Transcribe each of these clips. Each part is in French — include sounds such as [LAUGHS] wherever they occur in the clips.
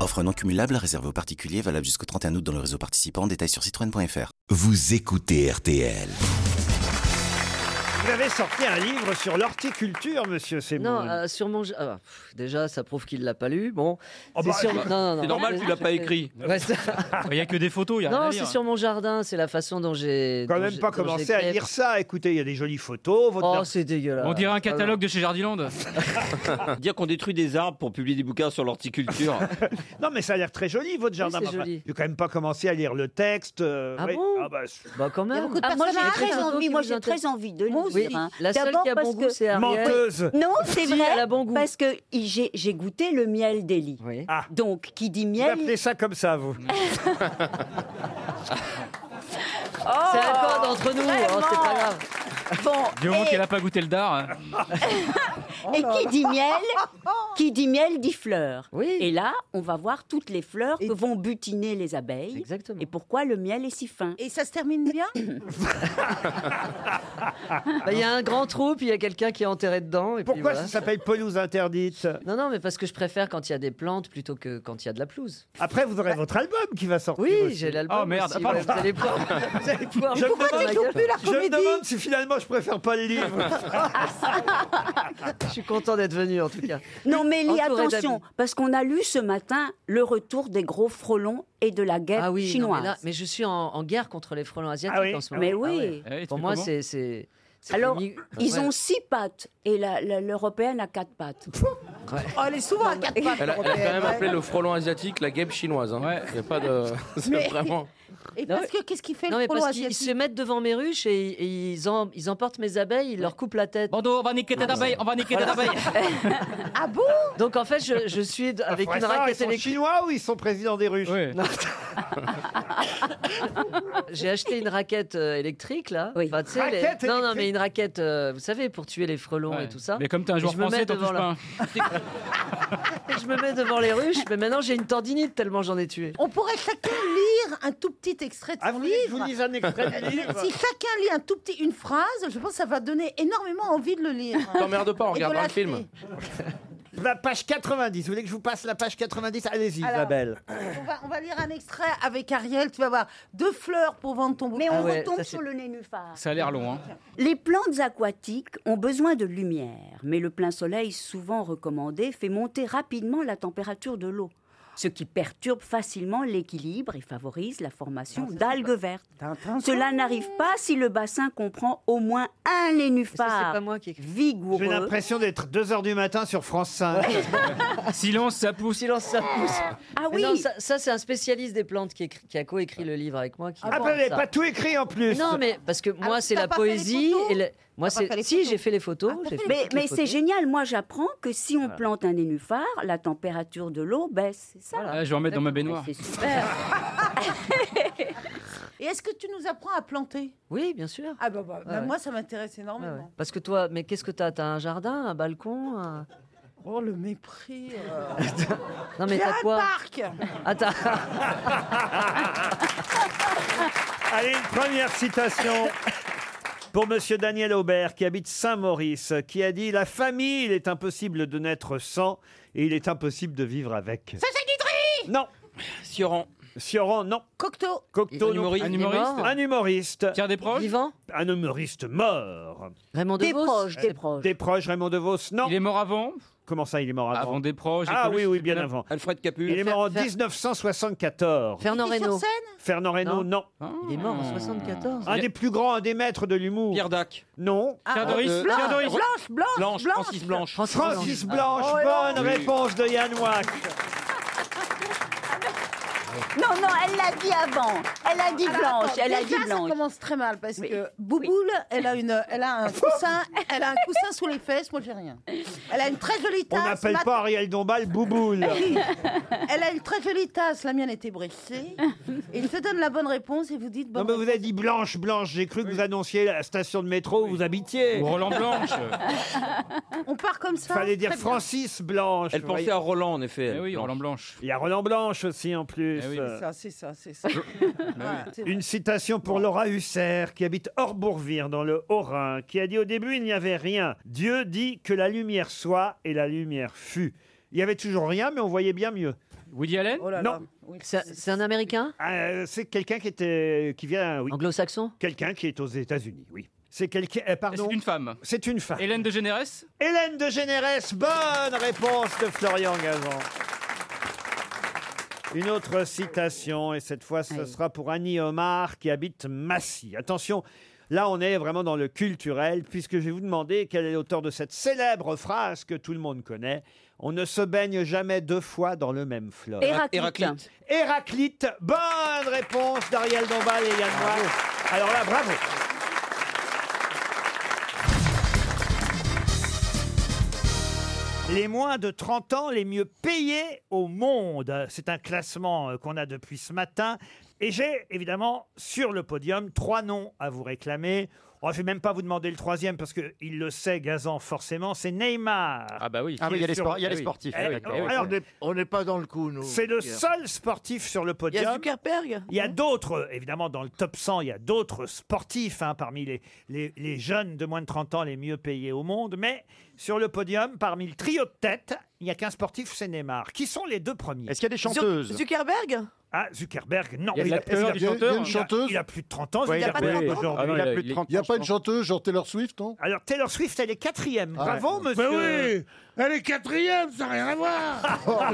Offre non cumulable réservée aux particuliers valable jusqu'au 31 août dans le réseau participant. Détails sur citroën.fr. Vous écoutez RTL. Vous avez sorti un livre sur l'horticulture, monsieur Seymour. Non, euh, sur mon... jeu- ah, pff, déjà, ça prouve qu'il l'a pas lu. Bon, Oh bah, sur- bah, non, non, c'est non. normal, tu l'as pas écrit. Ouais, ça- Il n'y a que des photos, il n'y a rien non, à c'est lire. sur mon jardin. C'est la façon dont j'ai. quand dont même j'ai- pas dont j'ai commencer à créé- lire ça. Écoutez, il y a des jolies photos. Votre Oh, c'est dégueulasse. On dirait un catalogue de chez Jardiland. [LAUGHS] Dire qu'on détruit des arbres pour publier des bouquins sur l'horticulture. Non, mais ça a l'air très joli, votre jardin. c'est Enfin, joli. J'ai quand même pas commencé à lire le texte. euh, Ah oui. bon bah, c'est- Bah, quand Il y a même. beaucoup de Ah, personnes moi, j'ai qui ont écrit très un envie. document Moi, qui j'ai m'intéresse. très envie de le Oui, lire. hein. la seule D'abord qui a parce bon goût, que- c'est Ariel. Menteuse. Non, c'est Si, elle a vrai, bon goût. parce que il- j'ai j'ai goûté le miel d'Élie. Oui. Ah. Donc, qui dit Vous miel, appelez ça comme ça, [LAUGHS] [LAUGHS] vous C'est un code entre nous, hein, c'est pas grave. Oh, bon, Du moment et, qu'elle n'a pas goûté le dard. hein, et qui dit [LAUGHS] miel, qui dit miel dit fleur. Oui. Et là, on va voir toutes les fleurs que vont butiner les abeilles. Exactement. Et pourquoi le miel est si fin Et ça se termine [COUGHS] bien Bah, Il y a un grand trou, puis il y a quelqu'un qui est enterré dedans. Et Ah, puis Pourquoi voilà. ça s'appelle pelouse interdite Non, non, mais parce que je préfère quand il y a des plantes plutôt que quand il y a de la pelouse. Après, vous aurez votre album qui va sortir. Oui, aussi. j'ai l'album. Oh, merde, aussi, ah, hein. ouais, vous allez pouvoir. [LAUGHS] vous allez pouvoir Je me prendre demande- ma gueule. Je me demande si finalement je préfère pas le livre. Je suis content d'être venu en tout cas. Non, mais Ellie, Entourée attention, d'habits. parce qu'on a lu ce matin le retour des gros frelons et de la guerre Ah oui, non, chinoise. mais, là- mais je suis en, en guerre contre les frelons asiatiques Ah oui en ce Ah moment. Mais oui. Ah oui, tu Pour fais moi, comment c'est. c'est- c'est Alors, fini. ils Ouais. ont six pattes et la- la- l'européenne a quatre pattes. Oh, Elle est souvent à quatre pattes. Elle a, elle a quand l'Européenne, même ouais. appelé le frelon asiatique la guêpe chinoise. Hein. Ouais. Y a pas de. [LAUGHS] C'est Mais- vraiment. Et parce que qu'est-ce qu'il fait Non, le mais frelon parce qu'ils se asiatique mettent devant mes ruches et, et ils, en- ils emportent mes abeilles, ils leur coupent la tête. Ah, Bando, on va niquer tes abeilles, on va niquer tes abeilles. [LAUGHS] Ah bon Donc en fait, je, je suis d- avec Après une ça, raquette ils sont électrique. chinois ou ils sont présidents des ruches Ouais. J'ai acheté une raquette euh, électrique là. Oui. Enfin, tu sais, les- Raquette Non, non, électrique. mais une raquette, euh, vous savez, pour tuer les frelons et Ouais. tout ça. Mais comme t'es un joueur je me mets français, t'en devant touches pas. un. [LAUGHS] Et je me mets devant les ruches, mais maintenant j'ai une tendinite tellement j'en ai tué. On pourrait chacun lire un tout petit extrait de Ah, son vous voulez que je vous livre. Euh, lise un extrait du livre Si chacun lit un tout petit, une phrase, je pense que ça va donner énormément envie de le lire. [LAUGHS] [LAUGHS] T'emmerdes pas, on Et de regardera le l'acheter. film. La Bah, page 90. Vous voulez que je vous passe la page 90 Allez-y, Alors. Isabelle. On va, on va lire un extrait avec Ariel, tu vas voir. Deux fleurs pour vendre ton bouquin. Mais on Ah ouais, retombe ça, c'est- sur le nénuphar. Ça a l'air long. Hein. Les plantes aquatiques ont besoin de lumière, mais le plein soleil, souvent recommandé, fait monter rapidement la température de l'eau, ce qui perturbe facilement l'équilibre et favorise la formation Ah, d'algues vertes. Cela n'arrive pas si le bassin comprend au moins un Ça, c'est pas nénuphar moi qui écris. J'ai vigoureux. l'impression d'être 2h du matin sur France 5. [LAUGHS] [LAUGHS] Silence, ça pousse. Silence, ça pousse. Ah Mais oui, non, ça, ça, c'est un spécialiste des plantes qui, écrit- qui a coécrit le livre avec moi. Qui Ah, ben, pense bah, vous n'avez ça. pas tout écrit en plus. Non, mais parce que moi, Ah, c'est t'as la pas fait les poésie. photos Et le- moi, T'as pas fait c'est les si photos j'ai fait les photos. Ah, t'as j'ai fait fait mais, toutes les mais c'est photos. génial. Moi, j'apprends que si on plante un nénuphar, la température de l'eau baisse. C'est ça. Ah, je vais en mettre dans ma baignoire. C'est super. Et est-ce que tu nous apprends à planter Oui, bien sûr. Ah bah, bah, bah, Ouais, ouais. moi ça m'intéresse Ouais, ouais. énormément. Parce que toi, mais qu'est-ce que t'as T'as un jardin, un balcon un- Oh le mépris. euh. Non, mais J'ai t'as un quoi parc. Ah, t'as- [LAUGHS] Allez, une première citation pour Monsieur Daniel Aubert, qui habite Saint-Maurice, qui a dit « La famille, il est impossible de naître sans et il est impossible de vivre avec. » Ça, c'est Non. Sioran, Sioran, non. Cocteau. Cocteau, un non. humoriste. Un il est humoriste mort Un humoriste. Pierre Desproges Vivant Un humoriste mort. Raymond des Devos proches, des proches. Des proches, Raymond DeVos, non. Il est mort avant Comment ça, il est mort avant Avant Desproges. et Ah Coluche, oui, oui, bien etc. avant. Alfred Il Capu. est mort en Fer- 1974. Fernand Qui est Reynaud. sur scène Fernand Reynaud, non. Ah. Il est mort en 74. Un Ah, des plus grands, un des maîtres de l'humour. Pierre Dac. Non. Ah, Pierre euh, Doris. Pierre Doris. Blanche, blanche, Blanche, blanche. Francis Blanche. Francis Blanche, Ah, oh, bonne réponse de Yann Wax. Non, non, elle l'a dit avant. Elle a dit Alors, blanche. attends, Elle a déjà, dit blanche. Ah, ça commence très mal parce Oui. que Bouboule, elle a une, elle a [LAUGHS] un coussin, elle a un coussin sous les fesses. Moi, j'ai rien. Elle a une très jolie On tasse. n'appelle ma- pas Ariel Dombal [LAUGHS] bouboule. Elle a une très jolie tasse. La mienne était brisée. Il te donne la bonne réponse et vous dites Non, bon. mais vous avez dit Blanche, Blanche. J'ai cru que vous annonciez la station de métro où vous habitiez. Ou Roland Blanche. [LAUGHS] On part comme ça. [LAUGHS] Fallait dire Très bien. Francis Blanche. Elle pensait à Roland, en effet. Eh oui, Blanche. Roland Blanche. Eh Il y a Roland Blanche aussi en plus. C'est Euh, Eh ça, c'est ça, c'est [LAUGHS] ça. Ah, c'est vrai. Une citation pour Laura Husser, qui habite Orbourvire, dans le Haut-Rhin, qui a dit au début, il n'y avait rien. Dieu dit que la lumière soit et la lumière fut. Il y avait toujours rien, mais on voyait bien mieux. Woody Allen Oh là là. Non. Oui. C'est c'est un Américain Euh, c'est quelqu'un qui était, qui vient, oui, Anglo-saxon quelqu'un qui est aux États-Unis, oui. C'est quelqu'un, euh, pardon, C'est une femme. c'est une femme. Hélène de Généresse Hélène de Généresse, bonne réponse de Florian Gazan. Une autre citation, et cette fois ce Allez. sera pour Annie Omar qui habite Massy. Attention, là on est vraiment dans le culturel, puisque je vais vous demander quel est l'auteur de cette célèbre phrase que tout le monde connaît. On ne se baigne jamais deux fois dans le même fleuve. Héraclite. Héraclite. Héraclite, bonne réponse d'Ariel Dombal et Yann Moix. Alors là, bravo. Les moins de 30 ans les mieux payés au monde. C'est un classement euh, qu'on a depuis ce matin. Et j'ai évidemment sur le podium trois noms à vous réclamer. Oh, je ne vais même pas vous demander le troisième parce qu'il le sait, Gazan, forcément. C'est Neymar. Ah bah oui. Ah oui, il y a les spor- il y a les sportifs. hein, Eh, alors, On n'est pas dans le coup, nous. c'est le seul sportif sur le Il y a podium. Zuckerberg Il y a d'autres, évidemment, dans le top 100, il y a d'autres sportifs hein, parmi les, les, les jeunes de moins de 30 ans les mieux payés au monde. Mais sur le podium, parmi le trio de tête, il n'y a qu'un sportif, c'est Neymar. Qui sont les deux premiers qu'il y a des Zuc- Zuckerberg Ah, Zuckerberg, non. Il y a de la est-ce qu'il peur du chanteur il a- chanteuse Il a plus de 30 ans, Ouais, il a pas de Zuckerberg, chanteuse. aujourd'hui. Ah Il a plus de 30 Ah Il n'y a ans, pas je une pense. chanteuse genre Taylor Swift, non Alors, Taylor Swift, elle est quatrième. Bravo, ouais. monsieur. Ah. Mais oui Elle est quatrième, ça n'a rien [LAUGHS] à voir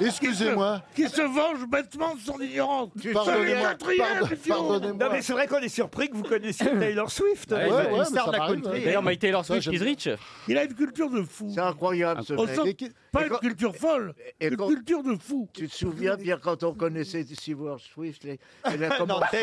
Excusez-moi. Qui se venge bêtement de son ignorance Elle est Pardonnez-moi. quatrième, Pardon- idiot. Non, Pardonnez-moi. mais c'est vrai qu'on est surpris que vous connaissiez Taylor Swift. Ouais, ouais, mais ça m'arrive, ouais. D'ailleurs, My Taylor Ça, Swift j'aime is rich. Il a une culture de fou C'est incroyable ce Au mec. sens- Et qui- Pas et une quand- culture folle et Une quand- culture de fou Tu te souviens, Pierre, quand on connaissait Silver Swift, [LAUGHS] les- elle a commencé-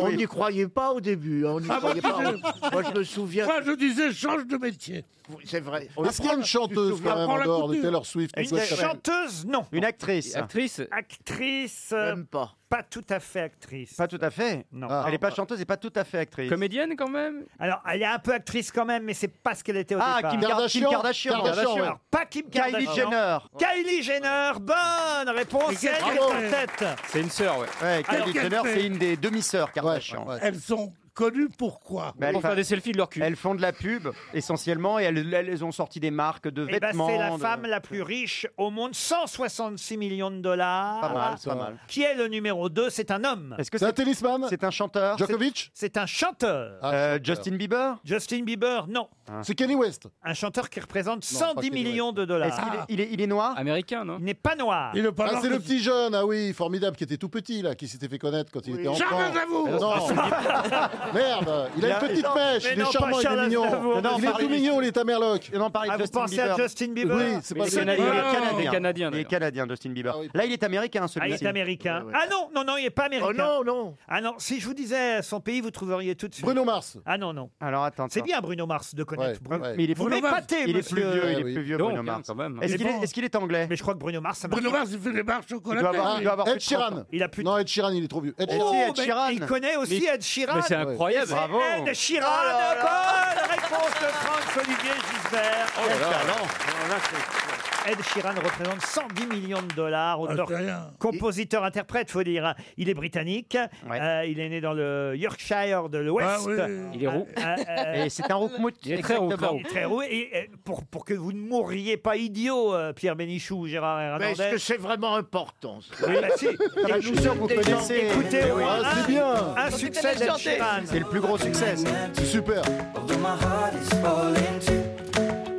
on n'y croyait pas au début. hein, on n'y Ah, moi, croyait pas. je- Moi, je me souviens. Moi, je disais, change de métier C'est vrai. On Apprends une chanteuse, quand même, en dehors de Taylor Swift. Une chanteuse, non. Une actrice. Actrice Actrice, euh, Même pas. pas tout à fait actrice. Pas tout à fait. Ah. Non. Ah. Elle n'est pas chanteuse et pas tout à fait actrice. Comédienne quand même Alors, elle est un peu actrice quand même, mais c'est pas ce qu'elle était au Ah, départ. Kim, Kardashian. Kardashian. Kardashian. Kardashian, ouais. Alors, pas Kim Kardashian. Kylie Jenner. Kylie Jenner, bonne réponse, Mais quelle elle est bravo. en tête. C'est une sœur, ouais. Ouais, Kylie qu'est-ce Jenner, qu'elle fait c'est une des demi-sœurs Kardashian. Elles sont connues pourquoi Mais elles, Pour faire des selfies de leur cul. elles font de la pub essentiellement et elles, elles ont sorti des marques de Eh ben, vêtements. c'est la de- femme la plus riche au monde, 166 millions de dollars. Pas mal, pas mal. Qui est le numéro 2 C'est un homme. Est-ce que C'est un c'est tennisman c'est un chanteur c'est- Djokovic C'est Ah, un chanteur. Ah. euh, Justin Bieber Justin Bieber, non. C'est Kenny West. Un chanteur qui représente Non, pas 110 Kenny millions de Est-ce dollars. qu'il est, il est- il est noir Américain, non Il n'est pas noir. Et le Ah, parlant c'est le de- petit jeune, ah oui, formidable, qui était tout petit, là, qui s'était fait connaître quand il était enfant. Charles Aznavour [LAUGHS] Non, [LAUGHS] merde, il a une petite pêche, mais il non, est charmant, pas il Charles est mignon. Aznavour. Non, il est Paris- tout mignon, il est à Merloc. Non, parle Ah, vous pensez à Justin Bieber Oui, c'est Mais pas il est bien. canadien. Il est Ah, canadien. il est canadien, Il est d'accord. canadien, Justin Bieber. Ah oui. Là, il est américain, Ah, il celui-ci. est américain. Ouais, ouais. Ah non, non, non, il n'est pas américain. Oh non, non. Ah non, si je vous disais son pays, vous trouveriez tout de suite. Bruno Mars. Ah non, non. Alors attends. C'est attends. bien Bruno Mars de connaître Ouais, Bruno. ouais. Mais il est, Vous plus, m'épatez, il est plus monsieur. vieux, Ah il est oui. plus vieux, Donc, Bruno hein, Mars. quand même. Est-ce qu'il est, est-ce qu'il est anglais Mais je crois que Bruno Mars, ça marche Hein Bruno Mars, il fait des barres Il doit avoir, chocolatées il doit avoir plus Ed de 30 ans. Sheeran. Il a plus de- Non, Ed Sheeran, il est trop vieux. Ed Oh, Sheeran. Ed mais Sheeran. Il connaît aussi Ed Sheeran. Mais c'est incroyable. C'est Ed Sheeran. [LAUGHS] Bonne réponse de Franck Olivier Gisbert. Oh Ah, Ed Sheeran représente 110 millions de dollars, Ah, auteur, c'est rien. compositeur, interprète, faut dire. Il est britannique. Ouais. Euh, il est né dans le Yorkshire de l'Ouest. Ah oui. Il est roux. Euh, euh, Et c'est un roux Il est très roux, très roux. Il est très roué. Et, et pour, pour que vous ne mouriez pas idiot, euh, Pierre Bénichou ou Gérard Mais est-ce Hernandez. que c'est vraiment important ça Oui, bah si. La chanson que vous connaissez. Écoutez, au Oui. moins Ah, c'est un- bien. un succès d'Ed Sheeran. C'est le plus gros succès. ça. C'est super.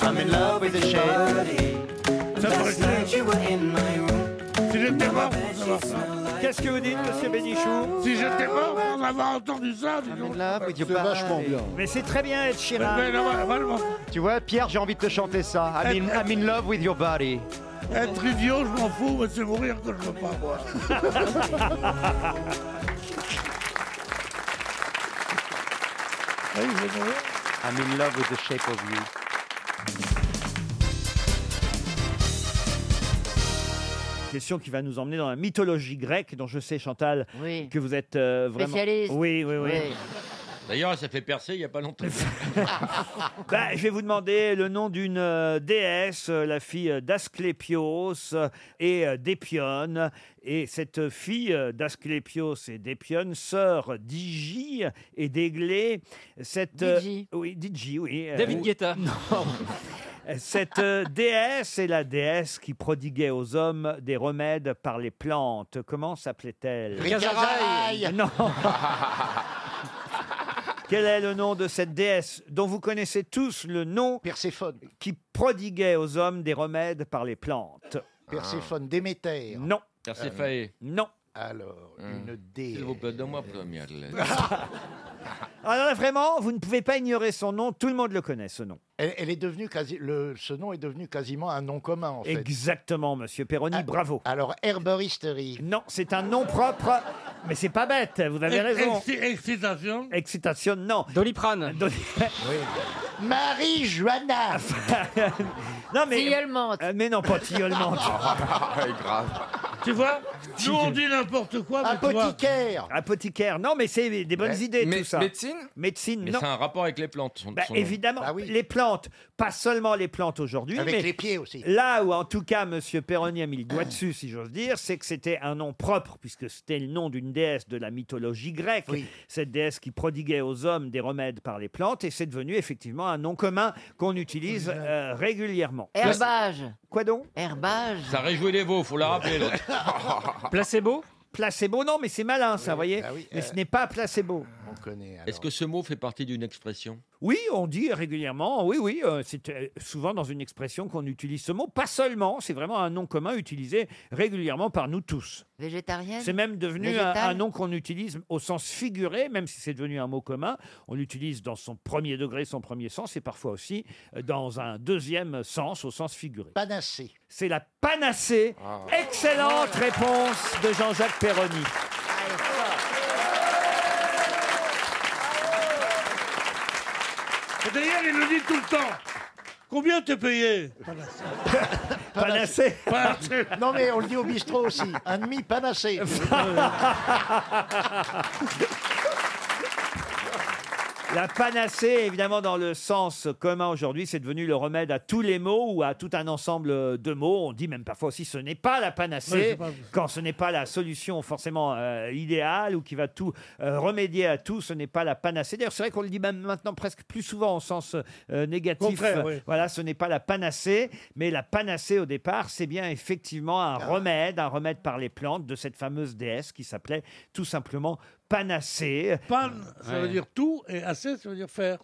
I'm in love with the shade. Ça pourrait être- Si j'étais mort pour savoir ça Qu'est-ce que vous dites, monsieur Bénichou Si j'étais mort pour avoir entendu ça dis I'm donc. in love with your C'est vachement body. bien. Mais c'est très bien Ed Mais- Sheeran. mais non, vraiment. Tu vois, Pierre, j'ai envie de te chanter ça. I'm in, I'm in love with your body. Être idiot, je m'en fous, mais c'est mourir que je veux pas, moi. [LAUGHS] I'm in love with the shape of you. Question qui va nous emmener dans la mythologie grecque, dont je sais, Chantal, Oui. que vous êtes euh, vraiment... Spécialiste. Oui, oui, oui. Oui. D'ailleurs, ça fait percer il n'y a pas longtemps. [LAUGHS] Bah, je vais vous demander le nom d'une euh, déesse, euh, la fille euh, d'Asclépios euh, et euh, d'Épione. Et cette fille euh, d'Asclépios et d'Épione, sœur d'Igie et d'Églé, cette... euh, oui, d'Igie, oui. euh, David Guetta. [LAUGHS] Non. Cette euh, déesse est la déesse qui prodiguait aux hommes des remèdes par les plantes. Comment s'appelait-elle Ricaraille. Non Quel est le nom de cette déesse dont vous connaissez tous le nom Perséphone. Qui prodiguait aux hommes des remèdes par les plantes. Perséphone, Déméter. Non. Euh, Perséphée. Non. Alors, Hmm. une déesse. S'il vous plaît, donne-moi première lettre. Ah, Alors là, vraiment, Oh, vous ne pouvez pas ignorer son nom. Tout le monde le connaît, ce nom. Elle, elle est devenue quasi, le, ce nom est devenu quasiment un nom commun en fait. Exactement, monsieur Perroni, bravo. Ah, Alors herboristerie. Non, c'est un nom propre, mais c'est pas bête, vous avez raison. Excitation. Excitation, non. Doliprane. [LAUGHS] Marie Joanna. non mais. Euh, Mais non, pas tilleulement. [LAUGHS] Ah, Tu vois Nous, on dit n'importe quoi, mais toi- Apothicaire. Non, mais c'est des bonnes Ouais. idées, Mais- tout ça. médecine Médecine, Mais non. c'est un rapport avec les plantes. son- Bah, son nom. évidemment, les plantes, pas seulement les plantes aujourd'hui. Avec mais les pieds aussi. Ah. Là où, en tout cas, Monsieur Perroni a mis le doigt dessus, si j'ose dire, c'est que c'était un nom propre, puisque c'était le nom d'une déesse de la mythologie grecque. Cette déesse qui prodiguait aux hommes des remèdes par les plantes, et c'est devenu effectivement un nom commun qu'on utilise euh, régulièrement. Herbage. Quoi donc Herbage. Ça réjouit les veaux, faut la rappeler. l'autre. Placebo Ah, Placebo, non, mais c'est malin, ça, vous voyez. mais ce n'est pas placebo. On connaît. Est-ce que ce mot fait partie d'une expression Oui, on dit régulièrement, oui, oui, euh, c'est euh, souvent dans une expression qu'on utilise ce mot, pas seulement, c'est vraiment un nom commun utilisé régulièrement par nous tous. Végétarienne. C'est même devenu un, Végétale un nom qu'on utilise au sens figuré, même si c'est devenu un mot commun. On l'utilise dans son premier degré, son premier sens, et parfois aussi euh, dans un deuxième sens, au sens figuré. Panacée. C'est la panacée. Excellente réponse de Jean-Jacques Perroni. Et D'ailleurs, il le dit tout le temps. Combien t'es payé Panacée. Panacée. non mais on le dit au bistrot aussi. Un [LAUGHS] demi panacé. La panacée, évidemment, dans le sens commun aujourd'hui, c'est devenu le remède à tous les maux ou à tout un ensemble de mots. On dit même parfois aussi ce n'est pas la Oui, panacée c'est pas- quand ce n'est pas la solution forcément euh, idéale ou qui va tout euh, remédier à tout. Ce n'est pas la panacée. D'ailleurs, c'est vrai qu'on le dit même maintenant presque plus souvent en sens euh, négatif. Contraire, oui. Voilà, ce n'est pas la panacée, mais la panacée au départ, c'est bien effectivement un remède, un remède par les plantes de cette fameuse déesse qui s'appelait tout simplement panacée. Pan, ça Ouais. veut dire tout, et assez, ça veut dire faire.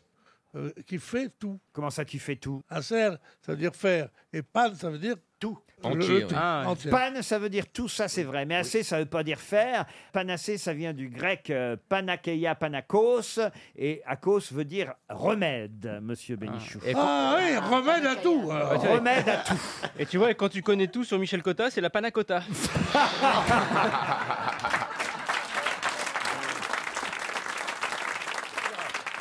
Euh, qui fait tout. Comment ça, qui fait tout Assez, ça veut dire faire. Et pan, ça veut dire tout. Le- Entier, le tout, Ah, ouais. Ah, entier. Pan, ça veut dire tout, ça c'est vrai. Mais assez, ça veut pas dire faire. Panacée, ça vient du grec euh, panakeia, panakos. Et akos veut dire remède, monsieur Bénichou. Ah oui, remède à tout. alors. Remède à tout. Et tu vois, quand tu connais tout sur Michel Cotta, c'est [LAUGHS] la panacota.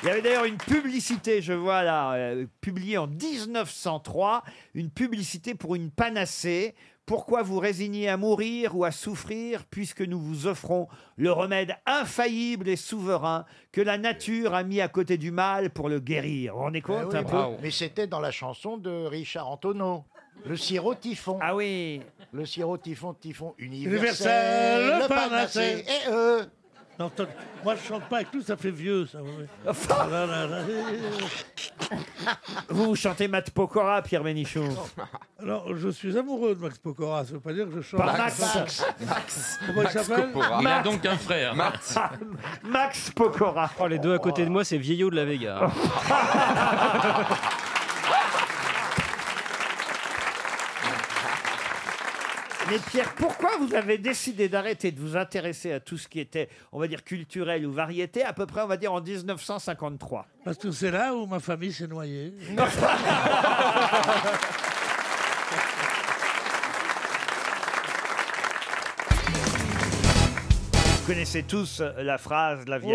Il y avait d'ailleurs une publicité, je vois là, euh, publiée en 1903, une publicité pour une panacée. Pourquoi vous résigner à mourir ou à souffrir puisque nous vous offrons le remède infaillible et souverain que la nature a mis à côté du mal pour le guérir Vous vous rendez Ben compte hein, oui, un peu Mais c'était dans la chanson de Richard Antonneau. Le sirop typhon. Ah oui. Le sirop typhon, typhon universel. Universel, le panacée. panacée. Et eux. Non, attends, moi, je chante pas avec tout, ça fait vieux, ça. Ah Là, là, là. Vous, vous chantez Mat Pokora, Pierre Bénichou. Alors, je suis amoureux de Max Pokora, ça veut pas dire que je chante. Par Max. Max. Comment il s'appelle Il a Max. donc un frère. Max. Max Pokora. Oh, Oh, les deux à côté de moi, c'est vieillot de la Vega. Mais Pierre, pourquoi vous avez décidé d'arrêter de vous intéresser à tout ce qui était, on va dire, culturel ou variété, à peu près, on va dire, en 1953 Parce que c'est là où [LAUGHS] ma famille s'est noyée. connaissez tous euh, la phrase La Ouais.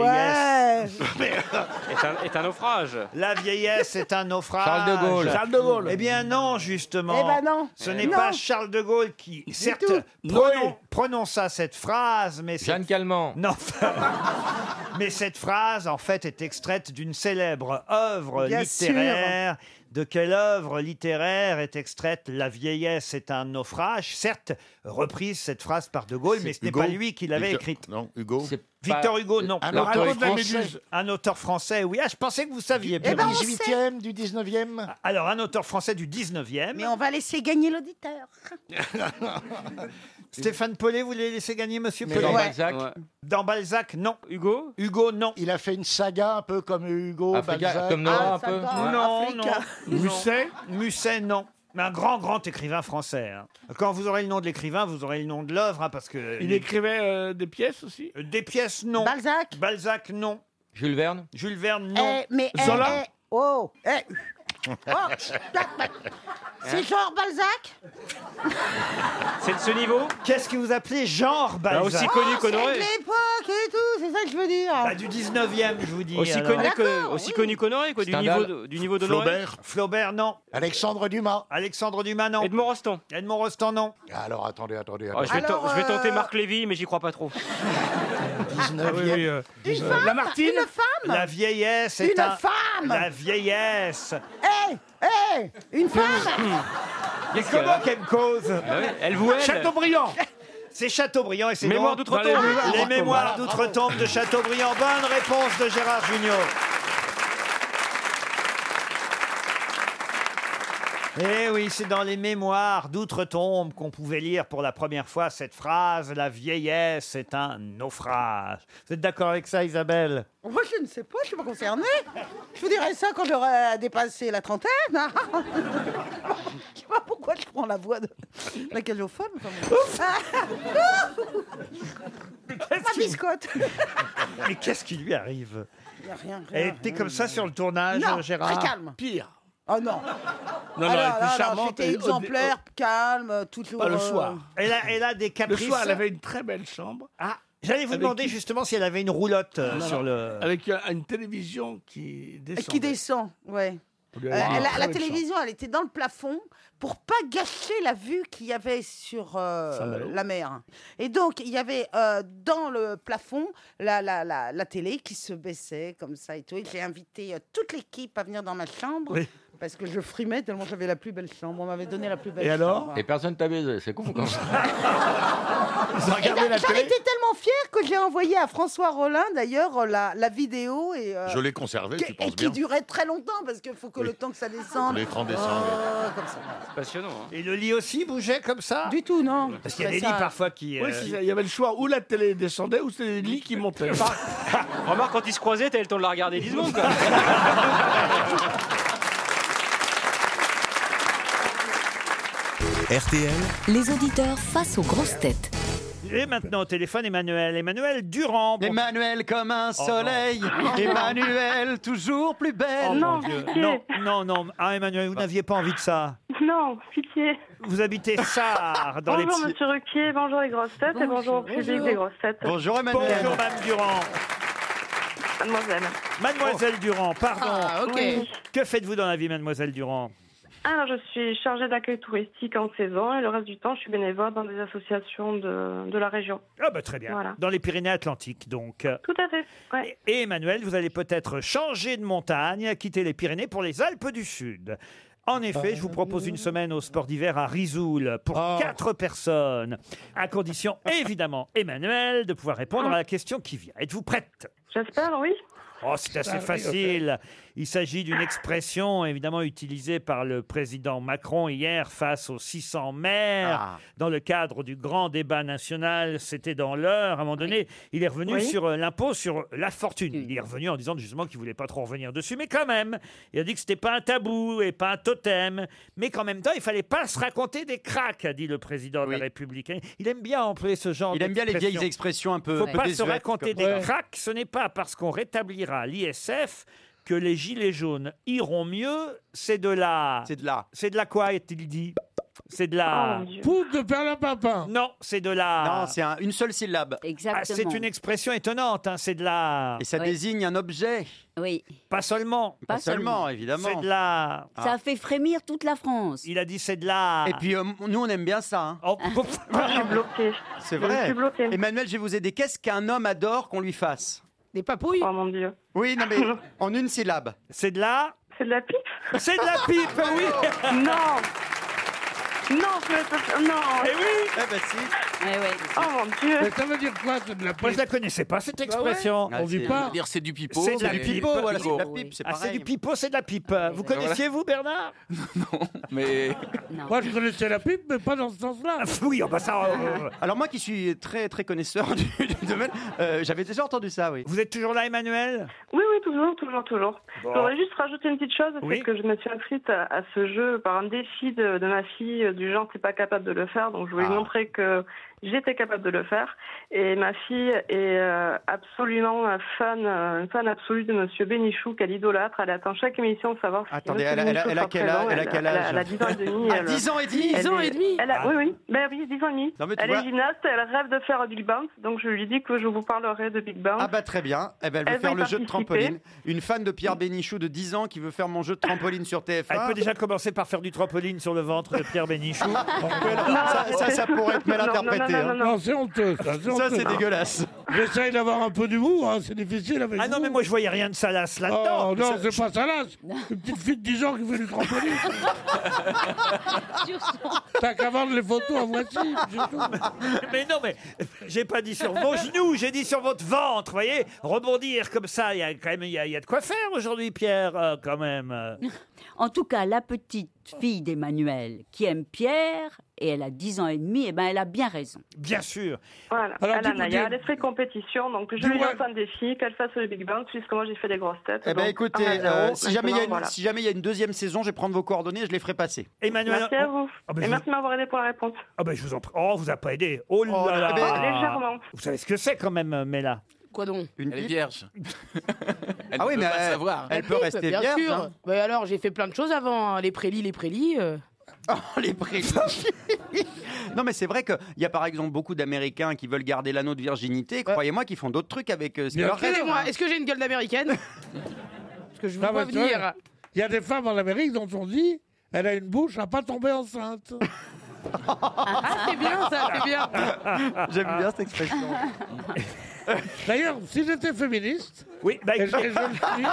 vieillesse. Est un, est un naufrage. [LAUGHS] La vieillesse est un naufrage. Charles de Gaulle. Charles de Gaulle. Eh bien non, justement. Eh ben non. Ce n'est Non. pas Charles de Gaulle qui, certes, tout. pronon- prononça cette phrase, mais Jeanne Calment. Non. [LAUGHS] mais cette phrase, en fait, est extraite d'une célèbre œuvre Bien littéraire. De quelle œuvre littéraire est extraite La vieillesse est un naufrage Certes, reprise cette phrase par De Gaulle, mais ce n'est Hugo pas lui qui l'avait Victor- écrite. Non, Hugo. Victor Hugo, Ah, non. Un auteur L'argot de la français. Méduse. Un auteur français, oui. Ah, je pensais que vous saviez. Eh ben, on sait. 18e, du 19e. Ah, Alors, un auteur français du 19e. Mais on va laisser gagner l'auditeur. [LAUGHS] Stéphane Paulet, vous voulez laisser gagner Monsieur Mais Paulet dans Ouais. Balzac. Dans Balzac, non. Hugo Hugo, non. Il a fait une saga un peu comme Hugo, Africa- Balzac. comme Nora, Ah, un peu. Euh, saga, Ouais. Non, Africa. [LAUGHS] non. Musset Musset, non. Mais un grand, grand écrivain français. hein. Quand vous aurez le nom de l'écrivain, vous aurez le nom de l'œuvre, hein, parce que... Il écrivait euh, des pièces aussi Des pièces, non. Balzac Balzac, non. Jules Verne Jules Verne, non. Eh, mais eh, [LAUGHS] Zola Hein eh, oh, eh. Oh, tac, tac. C'est genre Balzac C'est de ce niveau Qu'est-ce que vous appelez genre Bah, Balzac Oh, C'est de l'époque et tout, c'est ça que je veux dire. Bah, du 19e, je vous dis. Aussi alors. connu que- aussi connu qu'Honoré, quoi, du Stendhal. niveau de- du niveau d'Honoré. Flaubert. Flaubert, non. Alexandre Dumas. Alexandre Dumas, non. Edmond Rostand. Edmond Rostand, non. Alors attendez, attendez. Ah, je, vais ten- je vais euh, tenter Marc Lévy, mais j'y crois [LAUGHS] pas trop. 19e. euh, Euh, femme Lamartine Une femme La vieillesse est Une un- femme La vieillesse. Eh, eh, une femme Mais comment qu'elle me cause ouais, Ah elle vous aide. Chateaubriand c'est Chateaubriand et c'est Mémoire donc d'outre-tombe. dans les- Ah, Les bravo. mémoires Voilà, d'outre-tombe de Chateaubriand. Bonne réponse de Gérard Junior. Eh oui, c'est dans les mémoires d'outre-tombe qu'on pouvait lire pour la première fois cette phrase La vieillesse est un naufrage. Vous êtes d'accord avec ça, Isabelle Moi, je ne sais pas, je ne suis pas concernée. Je vous dirai ça quand j'aurai dépassé la trentaine. hein. [LAUGHS] je sais pas pourquoi je prends la voix de la cajophone. Enfin, bon. Ma biscotte. Mais qu'est-ce qui lui arrive Y a rien, rien. Elle était comme ça sur le tournage, hein, Non, Gérard très calme. Pire. Oh non. non, Ah elle est plus non, charmante J'étais et- exemplaire, calme, toujours. Pas le euh, soir. Elle a, elle a des caprices. Le soir, elle avait une très belle chambre. Ah, J'allais vous demander justement si elle avait une roulotte euh, sur le. Avec euh, une télévision qui Et descend. qui descend, ouais. On lui Euh, avait dit, elle a- très la belle télévision, elle était dans le plafond pour pas gâcher la vue qu'il y avait sur euh, Saint-Malo. la mer. Et donc, il y avait euh, dans le plafond la, la, la, la télé qui se baissait comme ça et tout. Et j'ai invité euh, toute l'équipe à venir dans ma chambre Oui. parce que je frimais tellement j'avais la plus belle chambre. On m'avait donné la plus belle Et alors chambre. Et personne t'a baisé, c'est con. Quand Ils ont regardé Et la donc, J'en télé. étais tellement fière que j'ai envoyé à François Rollin d'ailleurs euh, la, la vidéo et, euh, Je l'ai conservé, qui- tu et penses qui bien. durait très longtemps parce qu'il faut que le temps que ça descende. L'écran descend, Oh, comme ça. C'est passionnant. Et le lit aussi bougeait comme ça Du tout, non. Parce qu'il y a des lits parfois qui. Oui, euh, c'est ça, il y avait le choix où la télé descendait ou c'était les lits qui montaient. [LAUGHS] Remarque, quand ils se croisaient, t'avais le temps de la regarder 10 secondes. Quoi. RTL, Les auditeurs face aux grosses têtes. J'ai maintenant au téléphone Emmanuel. Emmanuel Durand. Bon- Emmanuel comme un Oh, non. [LAUGHS] soleil, Non. Emmanuel toujours plus belle. Oh, mon Dieu. non, non, non. Ah, Emmanuel, vous n'aviez pas envie de ça. Non, pitié. Vous habitez Sarre, dans les bonjour petits- Monsieur Ruquier, bonjour les grosses têtes et bonjour au public Bonjour. des grosses têtes. Bonjour, Madame Durand. Mademoiselle. Mademoiselle Oh. Durand, pardon. Ah, ok. Oui. Que faites-vous dans la vie, Mademoiselle Durand Alors je suis chargée d'accueil touristique en saison et le reste du temps je suis bénévole dans des associations de, de la région. Ah bah très bien. Voilà. Dans les Pyrénées-Atlantiques, donc. Tout à fait. ouais. Et Emmanuel, vous allez peut-être changer de montagne, quitter les Pyrénées pour les Alpes du Sud. En effet, je vous propose une semaine au sport d'hiver à Risoul pour quatre personnes, à condition évidemment, Emmanuel, de pouvoir répondre à la question qui vient. Êtes-vous prête J'espère, oui. Oh, c'est assez facile. Il s'agit d'une expression évidemment utilisée par le président Macron hier face aux 600 maires Ah. dans le cadre du grand débat national. C'était dans l'heure. À un moment donné, il est revenu Oui. Mm. sur euh, l'impôt sur la fortune. Il est revenu en disant justement qu'il voulait pas trop revenir dessus, mais quand même, il a dit que c'était pas un tabou et pas un totem, mais qu'en même temps, il fallait pas se raconter des cracks, a dit le président de la République. Il aime bien employer ce genre. Il aime bien les d'expression. vieilles expressions un peu- Faut un peu pas se désuètes, raconter des comme ça. Ouais. cracks crac, Ah, ce n'est pas parce qu'on rétablira l'ISF que les gilets jaunes iront mieux. C'est de la. C'est de la. C'est de la quoi, est-il dit C'est de la. Oh, mon Poudre de perlimpinpin. Non, c'est de la. Non, c'est un- une seule syllabe. Ah, c'est une expression étonnante, hein, c'est de la. Et ça désigne un objet. Oui. Pas seulement. Pas Pas seulement, seulement. évidemment. Ah. C'est de la. Ça a fait frémir toute la France. Il a dit c'est de la. Oh, Et puis, euh, nous, on aime bien ça. hein. [LAUGHS] C'est vrai. Emmanuel, je vais vous aider. Qu'est-ce qu'un homme adore qu'on lui fasse Des papouilles Oh mon Dieu. Oui, [LAUGHS] non, mais en une syllabe. C'est de la. C'est de la pipe C'est de la [LAUGHS] pipe, oui Non Non, je ne peux pas. Non Eh oui Eh ben si Oh mon Dieu Mais ça veut dire quoi, c'est de la Bah pipe Moi, je la connaissais pas, cette expression. On dit pas. c'est du pipeau, C'est de la c'est pipe. du pipeau, voilà, c'est de la pipe, Oui. c'est Ah, c'est pareil. du pipeau, c'est de la pipe. Vous Voilà. connaissiez, vous, [LAUGHS] Bernard Mais. Moi, je connaissais la pipe, mais pas dans ce sens-là. oui, bah ça. Alors moi qui suis très très connaisseur du, du domaine, euh, j'avais déjà entendu ça, oui. Vous êtes toujours là, Emmanuel Oui, oui, toujours, toujours, toujours. Bon. Je voudrais juste rajouter une petite chose, Oui. c'est que je me suis inscrite à, à ce jeu par un défi de, de ma fille, euh, du genre t'es pas capable de le faire, donc je voulais Ah. lui montrer que j'étais capable de le faire. Et ma fille est euh, absolument un fan, euh, une fan absolue de Monsieur Bénichou, qu'elle idolâtre. Elle attend chaque émission de savoir si Attendez, Monsieur elle a- elle a- Bénichou elle a sera quel présent. âge- elle a quel âge elle a 10 ans et demi. Ah, elle- 10 ans et demi 10 ans et demi elle a- Ah. Oui, oui, ben oui, 10 ans et demi. Non, mais tu elle vois- est gymnaste, elle rêve de faire Big Bounce, donc je lui dis que je vous parlerai de Big Bounce. Ah bah très bien, eh ben, elle veut Elle faire veut le y jeu de participer. trampoline. Une fan de Pierre Bénichou de 10 ans qui veut faire mon jeu de trampoline sur TF1. Elle peut déjà commencer par faire du trampoline sur le ventre de Pierre [LAUGHS] Bénichou. ça, ça, ça pourrait être mal interprété. hein. Non, c'est honteux, ça. Ça, honteux. c'est dégueulasse. J'essaye d'avoir un peu d'humour, hein, c'est difficile avec Ah non, vous. mais moi, je voyais rien de salace là-dedans. Oh non, Ça- c'est pas ça là. Une petite fille de 10 ans qui fait du trampoline. T'as qu'à vendre les photos à Ah, voici. [LAUGHS] mais non, mais j'ai pas dit sur vos genoux, j'ai dit sur votre ventre, voyez Rebondir comme ça, il y a quand même il y a, il y a de quoi faire aujourd'hui, Pierre, euh, quand même. euh. [LAUGHS] En tout cas, la petite fille d'Emmanuel qui aime Pierre, et elle a 10 ans et demi, et ben elle a bien raison. Bien sûr. Voilà. Alors, elle a dis-moi, Naya, dis- elle est très compétition, donc je lui lance un défi, qu'elle fasse le Big Bang, puisque moi j'ai fait des grosses têtes. Eh ben donc, écoutez, un à zéro, euh, si jamais il y a Ah, maintenant, une- voilà. si jamais il y a une deuxième saison, je vais prendre vos coordonnées et je les ferai passer. Emmanuel. Merci à vous. Ah ben, Et je- merci de m'avoir aidé pour la réponse. Ah ben je vous en prie. Oh, vous a pas aidé. Oh là là, là. ben- Légèrement. Vous savez ce que c'est quand même, euh, Mela Quoi donc Une pipe vierge. Ah oui, peut mais pas elle- savoir. elle La peut pipe, rester bien vierge, sûr. hein. Bah alors, j'ai fait plein de choses avant. hein. Les prélits, les prélits. euh. les prélits. non, mais c'est vrai qu'il y a par exemple beaucoup d'Américains qui veulent garder l'anneau de virginité. Croyez-moi qu'ils font d'autres trucs avec euh, ce qui leur reste. Excusez-moi, est-ce que j'ai une gueule [LAUGHS] d'américaine Parce que je vous vois venir. Il y a des femmes en Amérique dont on dit elle a une bouche à pas [LAUGHS] tomber enceinte. Ah, c'est bien ça, c'est bien. [LAUGHS] J'aime bien cette expression. D'ailleurs, si j'étais féministe, oui, bah, et, je- et je le [LAUGHS] suis,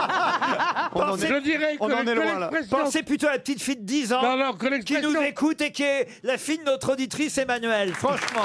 On en Pensez- est- je dirais que on en est que loin, là. l'expression- Pensez plutôt à la petite fille de 10 ans Non, non, que qui l'expression- nous écoute et qui est la fille de notre auditrice Emmanuel, franchement.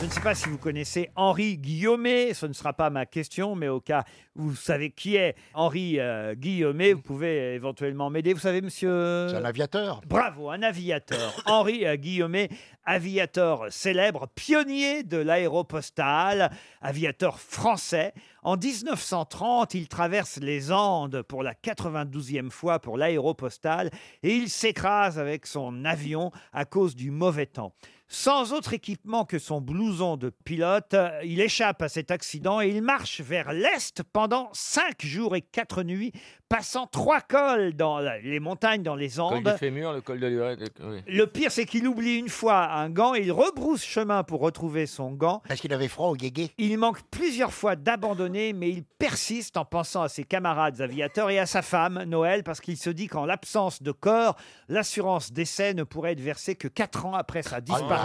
Je ne sais pas si vous connaissez Henri Guillaumet, ce ne sera pas ma question, mais au cas où vous savez qui est Henri euh, Guillaumet, vous pouvez éventuellement m'aider. Vous savez, monsieur... C'est un aviateur. Bravo, un aviateur. Henri euh, Guillaumet, aviateur célèbre, pionnier de l'aéropostale, aviateur français. En 1930, il traverse les Andes pour la 92e fois pour l'aéropostale et il s'écrase avec son avion à cause du mauvais temps. Sans autre équipement que son blouson de pilote, euh, il échappe à cet accident et il marche vers l'Est pendant cinq jours et quatre nuits, passant trois cols dans la- les montagnes, dans les Le col Andes. du fémur, le col de l'urètre. oui. Le pire, c'est qu'il oublie une fois un gant et il rebrousse chemin pour retrouver son gant. Parce qu'il avait froid au guégué. Il manque plusieurs fois d'abandonner, mais il persiste en pensant à ses camarades aviateurs et à sa femme, Noël, parce qu'il se dit qu'en l'absence de corps, l'assurance décès ne pourrait être versée que quatre ans après sa Oh disparition.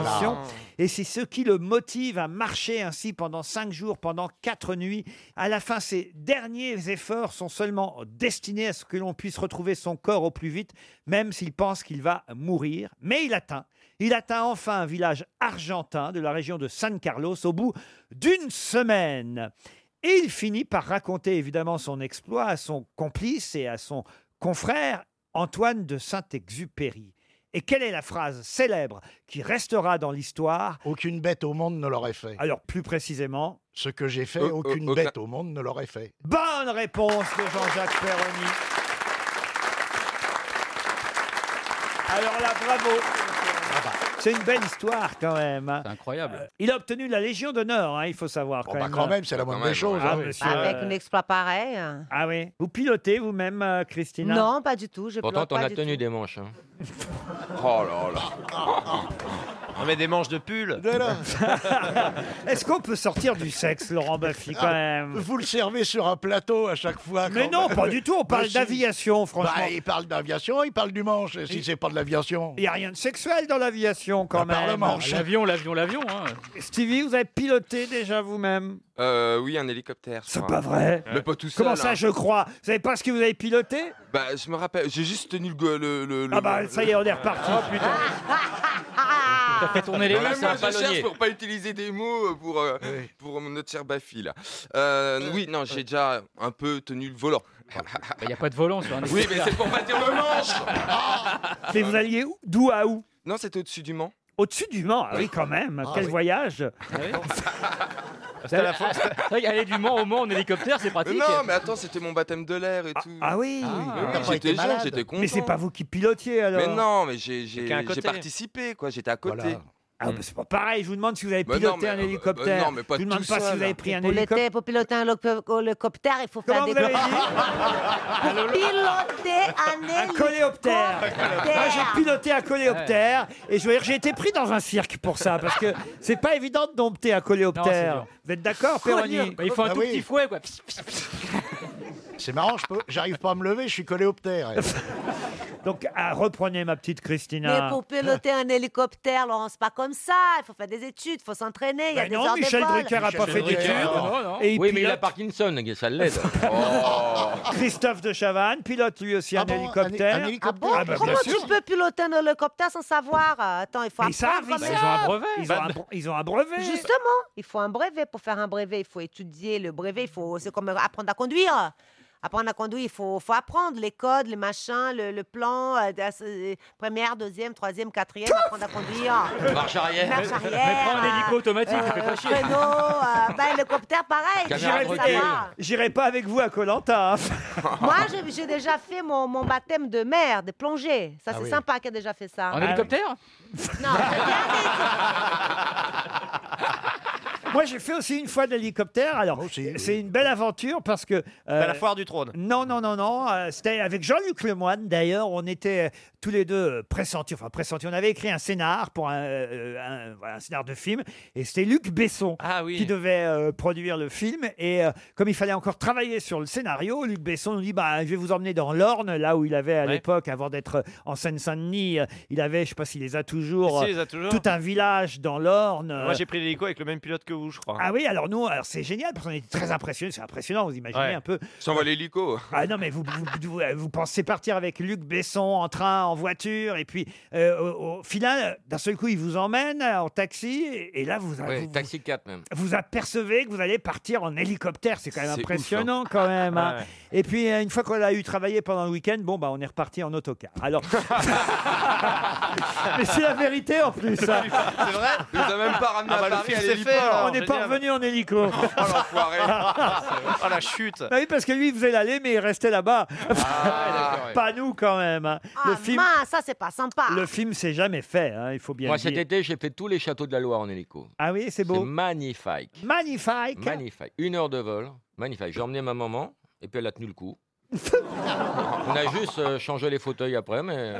Et c'est ce qui le motive à marcher ainsi pendant cinq jours, pendant quatre nuits. À la fin, ses derniers efforts sont seulement destinés à ce que l'on puisse retrouver son corps au plus vite, même s'il pense qu'il va mourir. Mais il atteint. Il atteint enfin un village argentin de la région de San Carlos au bout d'une semaine. Et il finit par raconter évidemment son exploit à son complice et à son confrère Antoine de Saint-Exupéry. Et quelle est la phrase célèbre qui restera dans l'histoire Aucune bête au monde ne l'aurait fait. Alors plus précisément, Ce que j'ai fait, Euh, euh, aucune aucun- bête au monde ne l'aurait fait. bonne réponse de Jean-Jacques Perroni. Alors là, bravo. C'est une belle histoire quand même. hein. Incroyable. Euh, Il a obtenu la Légion d'honneur, hein, il faut savoir. quand, bah, même. quand même, c'est la moindre Quand des même, choses, ouais. Ah, hein, oui. monsieur, Bah, Avec euh, un exploit pareil. euh, ah oui. Vous pilotez vous-même, euh, Christina Non, pas du tout. Je Pourtant, pilote t'en pas as du tenu des manches. hein. [LAUGHS] oh là là. On met des manches de pull. [LAUGHS] Est-ce qu'on peut sortir du sexe, Laurent Baffy, quand même Ah, Vous le servez sur un plateau à chaque fois. Mais quand non, même. pas du tout, on parle Mais si. d'aviation, franchement. Bah, il parle d'aviation, il parle du manche. Et si c'est pas de l'aviation. Il n'y a rien de sexuel dans l'aviation, quand Bah, par même. le manche. L'avion, l'avion, l'avion. Stevie, vous avez piloté déjà vous-même Euh, oui, un hélicoptère. C'est pas Euh, vrai. Mais pas tout seul. Comment ça, hein. je crois Vous savez pas ce que vous avez piloté Bah, je me rappelle, j'ai juste tenu le. go- le, le- le- Ah, Ah bah, ça y est, on est reparti. T'as fait tourner les Même roues, c'est moi, un je palonnier. cherche pour pas utiliser des mots euh, pour, euh, pour notre cher Baffy, là. Euh, oui, non, j'ai déjà un peu tenu le volant. Il n'y a pas de volant sur un Oui, mais c'est pour pas [LAUGHS] dire le manche Ah. Mais vous alliez où- d'où à où Non, c'était au-dessus du Mans. Au-dessus du Mans, ah oui, quand même. Ah Quel oui. voyage C'était à la fois- Aller du Mans au Mans en hélicoptère, c'est Mais pratique. non, mais attends, c'était mon baptême de l'air et tout. Ah oui, Mais oui, j'étais jeune, j'étais content. Mais c'est pas vous qui pilotiez alors Mais non, mais j'ai j'ai- Quelqu'un à côté. j'ai participé, quoi. J'étais à côté. Voilà. Ah, bah, c'est pas pareil, je vous demande si vous avez Bah non, piloté mais, un euh, bah, hélicoptère. bah non, mais pas je vous demande tout pas si seul, vous avez hein. pris un Pour, le hélicoptère. thé- pour piloter un hélico- hélicoptère, il faut faire Comment des... vous avez [LAUGHS] Pour piloter un Un coléoptère. Moi, j'ai piloté un coléoptère et je veux dire, j'ai été pris dans un cirque pour ça parce que c'est pas évident de dompter un coléoptère. Non, c'est dur. vous êtes [LAUGHS] d'accord, Péroni Bah, il faut un Ah tout oui. petit fouet, quoi. C'est marrant, je peux- j'arrive pas à me lever, je suis coléoptère. [LAUGHS] Donc, ah, reprenez ma petite Christina. Mais pour piloter un hélicoptère, Laurent, c'est pas comme ça. Il faut faire des études, il faut s'entraîner. Il y a Bah des non, heures Michel de vol. Drucker a pas fait d'études. Et il Oui, mais il pilote- a Parkinson, [LAUGHS] ça l'aide. Oh. Christophe de Chavannes pilote lui aussi un, hélicoptère. Un hélicoptère. Ah bon bah, bien Comment sûr. tu peux piloter un hélicoptère sans savoir Euh, Attends, il faut Mais ils savent, apprendre. ils quand même. savent. Bah, Ils ont un, bre- ils ont un brevet. Justement, il faut un brevet. Pour faire un brevet, il faut étudier le brevet. Il faut, c'est comme apprendre à conduire. Apprendre à conduire, il faut, faut apprendre les codes, les machins, le, le plan, euh, euh, première, deuxième, troisième, quatrième, apprendre à conduire. Marche arrière. Marche Mais- mais arrière. prends un hélico automatique, Ah. ça fait pas chier. Prénom, euh, ben, hélicoptère, pareil. il J'irai faut pas- savoir. J'irai pas avec vous à hein. Colanta. Moi, [LAUGHS] j'ai- j'ai déjà fait mon, mon baptême de mer, de plongée. Ça, Ah c'est oui. sympa qui a déjà fait ça. En hélicoptère Moi, j'ai fait aussi une fois d'hélicoptère. Alors, c'est une belle aventure parce que. euh, Bah, la foire du trône. Non, non, non, non. euh, C'était avec Jean-Luc Lemoine, d'ailleurs. On était euh, tous les deux euh, pressentis. Enfin, pressentis. On avait écrit un scénar pour un, euh, un- voilà, un scénar de film. Et c'était Luc Besson Ah qui devait euh, produire le film. Et euh, comme il fallait encore travailler sur le scénario, Luc Besson nous dit bah, Je vais vous emmener dans l'Orne, là où il avait à l'époque, avant d'être euh, en Seine-Saint-Denis. euh, Il avait, je ne sais pas s'il les a toujours, Si, il les a euh, toujours. tout un village dans l'Orne. Moi, euh, j'ai pris l'hélico avec le même pilote que vous, je Hein. crois. ah oui, alors nous, alors c'est génial parce qu'on était très impressionnés. C'est impressionnant, vous imaginez Ouais. un peu. J'envoie l'hélico. Ah non, mais vous, vous, vous- euh, vous pensez partir avec Luc Besson en train, en voiture, et puis euh, au, au final, d'un seul coup, il vous emmène euh, en taxi, et, et là, vous, Ouais, vous, taxi 4 même. vous apercevez que vous allez partir en hélicoptère. C'est quand même C'est ouf, impressionnant, hein. quand même. hein. Ah ouais. Et puis, euh, une fois qu'on a eu travaillé pendant le week-end, bon, bah, on est reparti en autocar. [LAUGHS] Alors. [LAUGHS] mais c'est la vérité en plus. hein. [LAUGHS] vrai Il nous a même pas ramené Ah bah, à le Paris film, à c'est l'héliport. fait, alors. On n'est pas Génial. revenu en hélico. oh [LAUGHS] l'enfoiré. Oh la chute. Bah Ah oui, parce que lui, il faisait l'aller, mais il restait là-bas. [LAUGHS] d'accord, ouais. Pas nous, quand même. hein. le Ah, film, mince, ça, c'est pas sympa. le film, c'est jamais fait, hein, il faut bien Moi, le dire. cet été, j'ai fait tous les châteaux de la Loire en hélico. Ah oui, c'est beau. C'est magnifique. Magnifique. Magnifique. Une heure de vol. Magnifique. J'ai emmené ma maman et puis elle a tenu [LAUGHS] le coup. On a juste euh, changé les fauteuils après, [LAUGHS] mais. euh,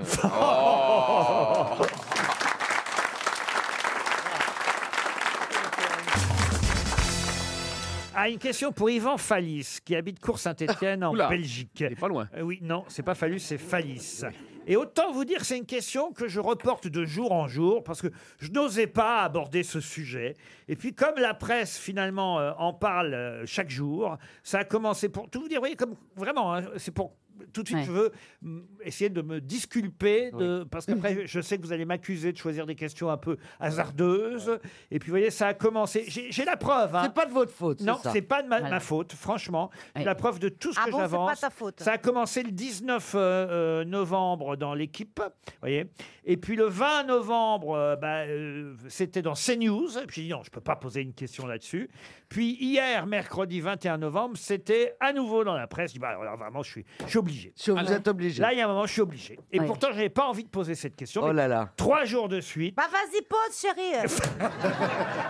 Ah, une question pour Yvan Fallis, qui habite Cour-Saint-Étienne en Oula, Belgique. pas loin. oui, non, c'est pas Fallis, c'est Fallis. Et autant vous dire, c'est une question que je reporte de jour en jour parce que je n'osais pas aborder ce sujet. Et puis, comme la presse finalement euh, en parle euh, chaque jour, ça a commencé pour tout vous dire. Vous voyez, comme vraiment, hein, c'est pour tout de suite, je veux mm, essayer de me disculper de, euh, parce qu'après, je sais que vous allez m'accuser de choisir des questions un peu hasardeuses. Et puis, vous voyez, ça a commencé. J'ai j'ai la preuve. C'est pas de votre faute. Non, ça. c'est pas de ma, ma Voilà. faute, franchement. Ouais. La preuve de tout ce Ah que bon, c'est j'avance. pas ta faute. Ça a commencé le 19 euh, euh, novembre dans l'équipe, vous voyez. Et puis le 20 novembre, euh, bah, euh, c'était dans CNews. Et puis non, je peux pas poser une question là-dessus. Puis hier, mercredi 21 novembre, c'était à nouveau dans la presse. Je dis, bah, alors vraiment, je suis, je suis au obligé. Ah, Vous êtes obligé. Là, il y a un moment, je suis obligé. Et pourtant, je n'avais pas envie de poser cette question. Oh mais là là. Trois jours de suite. Bah vas-y, pose, chérie.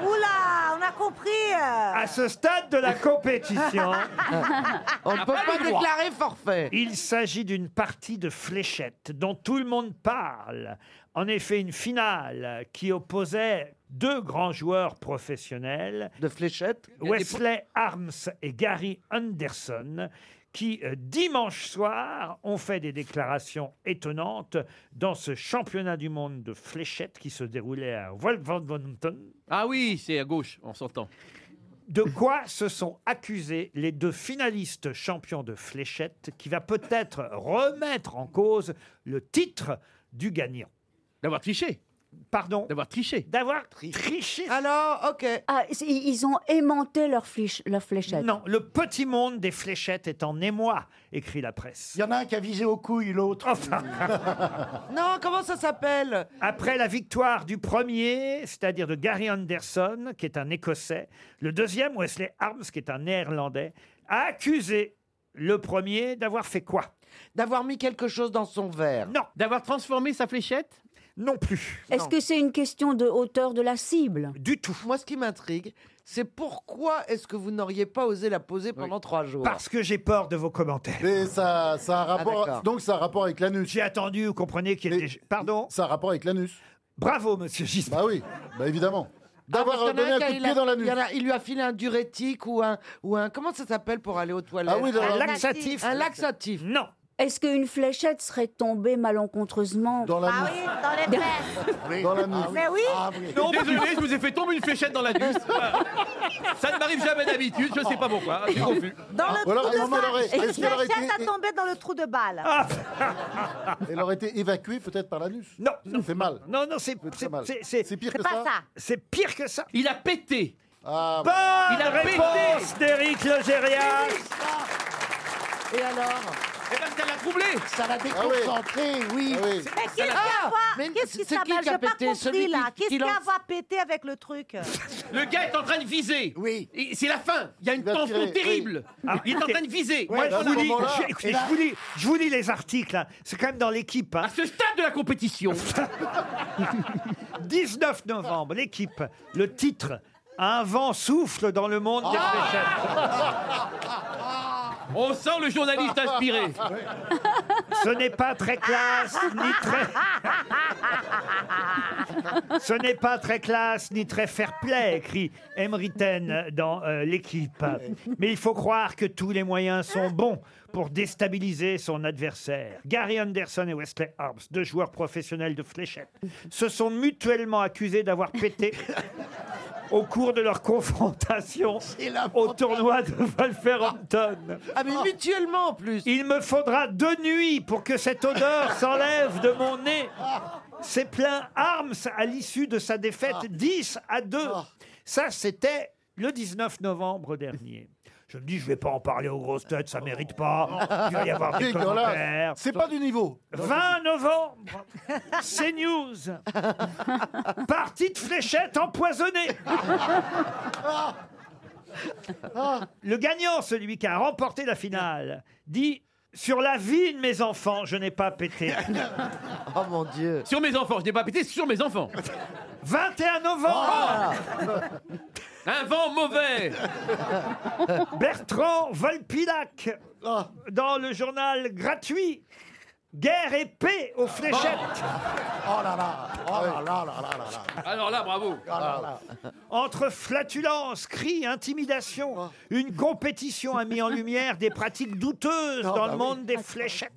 Oula, on a compris. [LAUGHS] euh. À ce stade de la [LAUGHS] compétition, [LAUGHS] On ne peut pas Ah, le droit. déclarer forfait. Il s'agit d'une partie de fléchettes dont tout le monde parle. En effet, une finale qui opposait deux grands joueurs professionnels. De fléchettes Wesley Arms et Gary Anderson qui, euh, dimanche soir, ont fait des déclarations étonnantes dans ce championnat du monde de fléchettes qui se déroulait à Wolverhampton. Ah oui, c'est à gauche, on s'entend. De quoi se sont accusés les deux finalistes champions de fléchette qui va peut-être remettre en cause le titre du gagnant D'avoir triché. Pardon D'avoir triché. D'avoir triché. Alors, ok. Ah, c'est- ils ils ont aimanté leur, fliche- leur fléchette. Non, le petit monde des fléchettes est en émoi, écrit la presse. Il y en a un qui a visé aux couilles, l'autre. [LAUGHS] Non, comment ça s'appelle Après la victoire du premier, c'est-à-dire de Gary Anderson, qui est un Écossais, le deuxième, Wesley Arms, qui est un Néerlandais, a accusé le premier d'avoir fait quoi D'avoir mis quelque chose dans son verre. Non. D'avoir transformé sa fléchette Non plus. Est-ce que c'est une question de hauteur de la cible Du tout. Moi, ce qui m'intrigue, c'est pourquoi est-ce que vous n'auriez pas osé la poser pendant trois jours Parce que j'ai peur de vos commentaires. Et ça, ça a un rapport, Ah, d'accord. donc ça a un rapport avec l'anus. J'ai attendu, vous comprenez qu'il y a des... Pardon Ça a un rapport avec l'anus. Bravo, monsieur Gisbert. Ah, Bah oui, bah évidemment. D'avoir Parce euh, qu'il y en donné a un qui a- coup de il a- pied dans l'anus. il y en a- Il lui a filé un diurétique ou un, ou un. Comment ça s'appelle pour aller aux toilettes Ah oui, dans- Un laxatif. Un laxatif. Non. Est-ce qu'une fléchette serait tombée malencontreusement Dans la ah oui, dans les Dans la Ah nuit. oui. Mais oui. Ah oui. Non, désolé, je vous ai fait tomber une fléchette dans la nuque. Ça ne m'arrive jamais d'habitude, je ne sais pas pourquoi. Je suis confus. Dans le Voilà, trou de maman, balle. elle aurait- Une est-ce qu'elle aurait fléchette été- a tombé dans le trou de balle. Elle aurait été évacuée peut-être par l'anus. Non, ça fait mal. Non, non, c'est C'est pire que ça. Ah C'est pire que ça. Il a pété. Bonne voilà. Il a réponse d'Éric Logérias. Et alors Eh ben, ça l'a troublé Ça l'a déconcentré, oui. Mais qu'est-ce qu'il y a à voir Qu'est-ce qui c'est qui s'appelle qui a J'ai pas pété Celui compris qui- là. qui Qu'est-ce qu'il y a lance à voir péter avec le truc Le gars est en train de viser. Oui. C'est la fin. Il y a une tension tirer, oui. terrible. Ah, Il est en écoutez, train de viser. Moi, je, vous Voilà. lis, je- écoutez, je vous lis- je vous lis les articles. hein. C'est quand même dans l'équipe. hein. À ce stade de la compétition. [LAUGHS] 19 novembre, l'équipe, le titre. Un vent souffle dans le monde des Ah On sent le journaliste inspiré. fléchettes. Ce n'est pas très classe, ni [LAUGHS] très... [LAUGHS] Ce n'est pas très classe, ni très fair-play, écrit Emriten dans euh, l'équipe. Mais il faut croire que tous les moyens sont bons pour déstabiliser son adversaire. Gary Anderson et Wesley Arms, deux joueurs professionnels de fléchettes, se sont mutuellement accusés d'avoir pété au cours de leur confrontation au tournoi de Wolverhampton. Oh. Ah, mais mutuellement en plus. Il me faudra deux nuits pour que cette odeur s'enlève de mon nez. C'est plein Arms à l'issue de sa défaite 10 à 2. Ça, c'était le 19 novembre dernier. Je me dis, je vais pas en parler aux grosses têtes, ça mérite pas. Il va y avoir des Dégueulasse. commentaires. C'est pas du niveau. 20 novembre, CNews. [LAUGHS] Partie de fléchette [LAUGHS] empoisonnée. Le gagnant, celui qui a remporté la finale, dit Sur la vie de mes enfants, je n'ai pas [LAUGHS] pété. Oh mon Dieu. Sur mes enfants, je n'ai pas pété, sur mes [LAUGHS] enfants. 21 [LAUGHS] novembre Un vent mauvais. Bertrand Volpilac, Ah. dans le journal gratuit Guerre et paix aux fléchettes. Ah. Oh là là Oh là là là là là là Alors là, bravo. Entre flatulence, cris, intimidation, Oh. une compétition a mis en lumière des pratiques douteuses dans bah le oui. monde des fléchettes.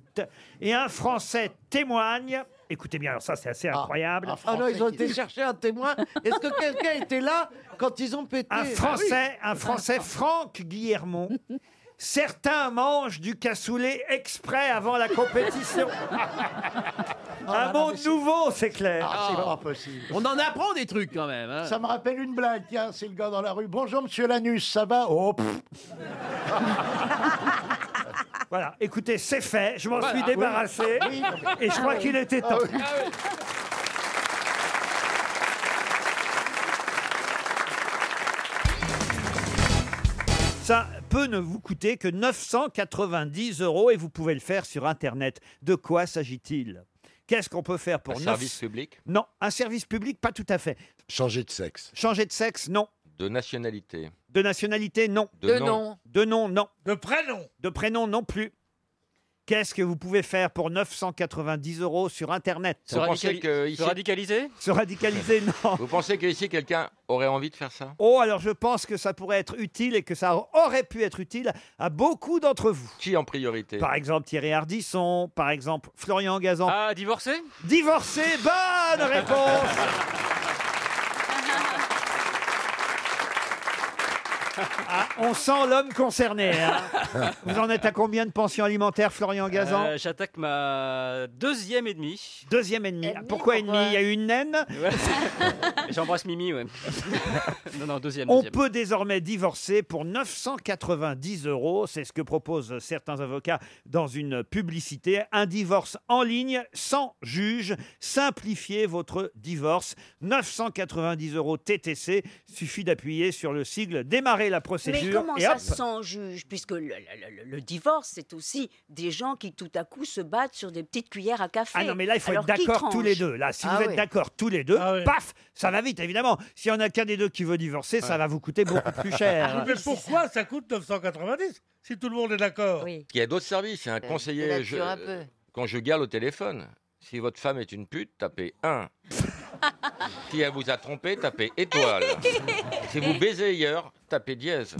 Et un Français témoigne. Écoutez bien, alors ça c'est assez incroyable. Ah non, ils ont été chercher un témoin. Est-ce que quelqu'un était là quand ils ont pété Ah Un Français, un Français, Franck Guillermont. Certains mangent du cassoulet exprès avant [LAUGHS] la compétition. Ah, un monde nouveau, c'est clair. Ah, c'est pas possible. On en apprend des trucs quand même. hein. Ça me rappelle une blague, tiens, c'est le gars dans la rue. Bonjour monsieur Lanus, ça va Oh pff. Voilà, écoutez, c'est fait. Je m'en Voilà. suis Ah Oui. débarrassé. Oui. Ah, Et je crois Ah oui. qu'il était Ah temps. oui. Ça, peut ne vous coûter que 990 euros et vous pouvez le faire sur Internet. De quoi s'agit-il Qu'est-ce qu'on peut faire pour Un neuf- service public Non, un service public, pas tout à fait. Changer de sexe. Changer de sexe, non. De nationalité. De nationalité, non. De De nom. nom. De nom, non. De prénom. De prénom, non plus. Qu'est-ce que vous pouvez faire pour 990 euros sur Internet Vous pensez que ici- Se [LAUGHS] radicaliser, non. Vous pensez qu'ici, quelqu'un aurait envie de faire ça Oh, alors je pense que ça pourrait être utile et que ça aurait pu être utile à beaucoup d'entre vous. Qui en priorité Par exemple Thierry Hardisson, par exemple Florian Gazan. Ah, divorcé Divorcé, [LAUGHS] bonne réponse Ah, on sent l'homme concerné. hein. Vous en êtes à combien de pensions alimentaires, Florian Gazan Euh, J'attaque ma deuxième et demie. Deuxième ennemi. Pourquoi ennemi Il y a eu une naine J'embrasse Mimi, [LAUGHS] ouais. non, non, deuxième. On deuxième. peut désormais divorcer pour 990 euros. C'est ce que proposent certains avocats dans une publicité. Un divorce en ligne, sans juge. Simplifiez votre divorce. 990 euros TTC. Suffit d'appuyer sur le sigle, démarrer la procédure. Mais comment et ça hop. sans juge Puisque le, le- le- le- le divorce, c'est aussi des gens qui tout à coup se battent sur des petites cuillères à café. Ah non, mais là, il faut Alors, être qui d'accord tous les tranche deux. Là, si Ah vous êtes oui. Ah d'accord tous les deux, paf, ça va vite, évidemment. S'il y en a qu'un des deux qui veut divorcer, ça va vous coûter beaucoup plus [LAUGHS] cher. Mais pourquoi ça. coûte 990 si tout le monde est d'accord Il y a d'autres services. Un Euh, conseiller il quand assure je un peu. conjugal au téléphone. Si votre femme est une pute, tapez [LAUGHS] 1. si elle vous a trompé, tapez [LAUGHS] étoile. si vous baisez ailleurs, tapez dièse.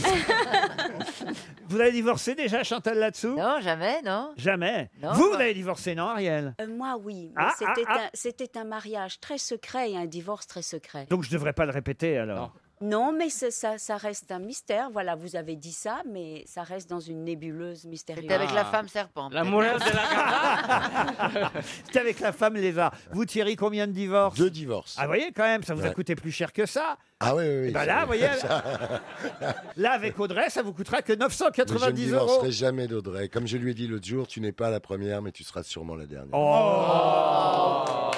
Vous avez divorcé déjà, Chantal, là-dessous Non, jamais, non. Jamais. Non, vous, moi- vous avez divorcé, non, Ariel Euh, moi, oui. mais Ah, ah, c'était, ah. un, c'était un mariage très secret et un divorce très secret. Donc je devrais pas le répéter alors. Non, mais c'est- ça, ça reste un mystère. Voilà, vous avez dit ça, mais ça reste dans une nébuleuse mystérieuse. C'était Ah. avec la Ah. femme serpent. peut-être. [LAUGHS] C'était avec la femme Léva. Vous, Thierry, combien de divorces Deux divorces. Ah, vous voyez, quand même, ça vous a Ouais. coûté plus cher que ça. Ah oui, oui, oui. Bah ça- là, vous voyez, [LAUGHS] ça- là, avec Audrey, ça vous coûtera que Mais je ne 990 euros. divorcerai jamais d'Audrey. Comme je lui ai dit l'autre jour, tu n'es pas la première, mais tu seras sûrement la dernière. Oh. Oh. Oh,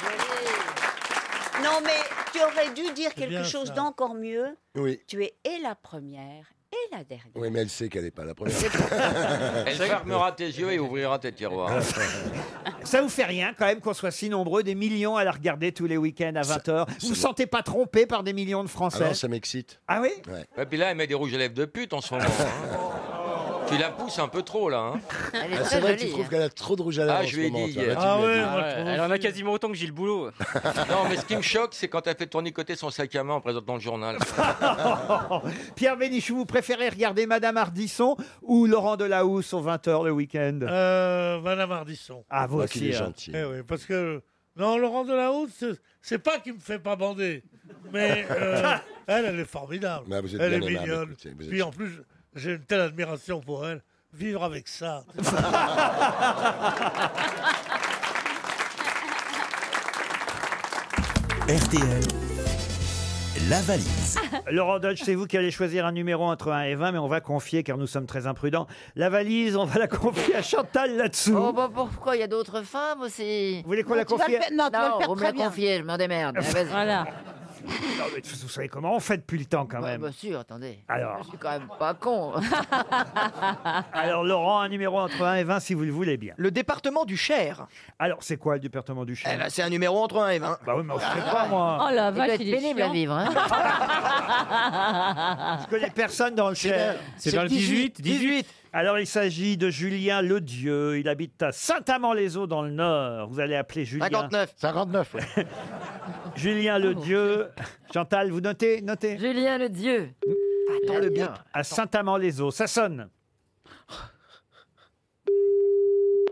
Ah. Non, mais tu aurais dû dire bien quelque chose ça. d'encore mieux. Oui. Tu es et la première et [LAUGHS] la dernière. Oui, mais elle sait qu'elle n'est pas la première. [LAUGHS] Elle fermera tes yeux et ouvrira tes [LAUGHS] tiroirs. Ah Ça vous fait rien quand même qu'on soit si nombreux, des millions à la regarder tous les week-ends à 20h. Vous vous sentez pas trompé par des millions de Français Alors ça m'excite. Ah oui Et puis là, elle met des rouges à lèvres de pute en ce moment. [LAUGHS] hein. tu la pousses un peu trop, là. hein. Ah, c'est vrai, tu trouves qu'elle a trop de rouge à lèvres Ah, en je ce lui ai moment, dit toi. hein. euh, hier. Là, tu me l'as dit. Elle en a quasiment autant que j'ai le boulot. non, mais ce qui me choque, c'est quand elle fait tournicoter son sac à main en présentant le [LAUGHS] journal. Pierre Bénichou, vous préférez regarder Madame Ardisson ou Laurent Delahousse aux 20h le week-end Euh, Madame Ardisson. Ah, vous Ah, qu'il aussi, est hein. gentil. Eh oui, parce que. Non, Laurent Delahousse, c'est- c'est pas qu'il me fait pas bander. [LAUGHS] Mais euh, elle, elle est formidable. Mais Bah, vous êtes elle bien est aimable, mignonne. écoutez, vous êtes Puis en plus, j'ai une telle admiration pour elle. Vivre avec [LAUGHS] ça. Oh RTL, la valise. [LAUGHS] Laurent Dodge, c'est vous qui allez choisir un numéro entre 1 et 20, mais on va confier, car nous sommes très imprudents, la valise, on va la confier à Chantal là-dessous. Oh, bah pourquoi Il y a d'autres femmes aussi. Vous voulez qu'on la tu vas confie le faire- Non, tu vas le Non, faire vous me très la bien. confiez, je m'en démerde. Ah, vas-y. Voilà. Non, mais vous savez comment on fait depuis le temps, quand Ouais, même. bien sûr, attendez. Alors. Je suis quand même pas con. [LAUGHS] [LAUGHS] Alors, Laurent, un numéro entre 1 et 20, si vous le voulez bien. Le département du Cher. Alors, c'est quoi le département du Cher C'est un numéro entre 1 et 20. Bah oui, mais je sais pas, moi. Oh la vache, il est pénible à vivre. hein. Je connais personne dans le Cher. c'est dans le 18, 18. Alors, il s'agit de Julien Ledieu. Il habite à Saint-Amand-les-Eaux, dans le Nord. Vous allez appeler Julien. 59. 59, oui. [LAUGHS] Julien Ledieu. Chantal, vous notez Notez. Julien le Dieu. Attends le bien. À Saint-Amand-les-Eaux. Ça sonne.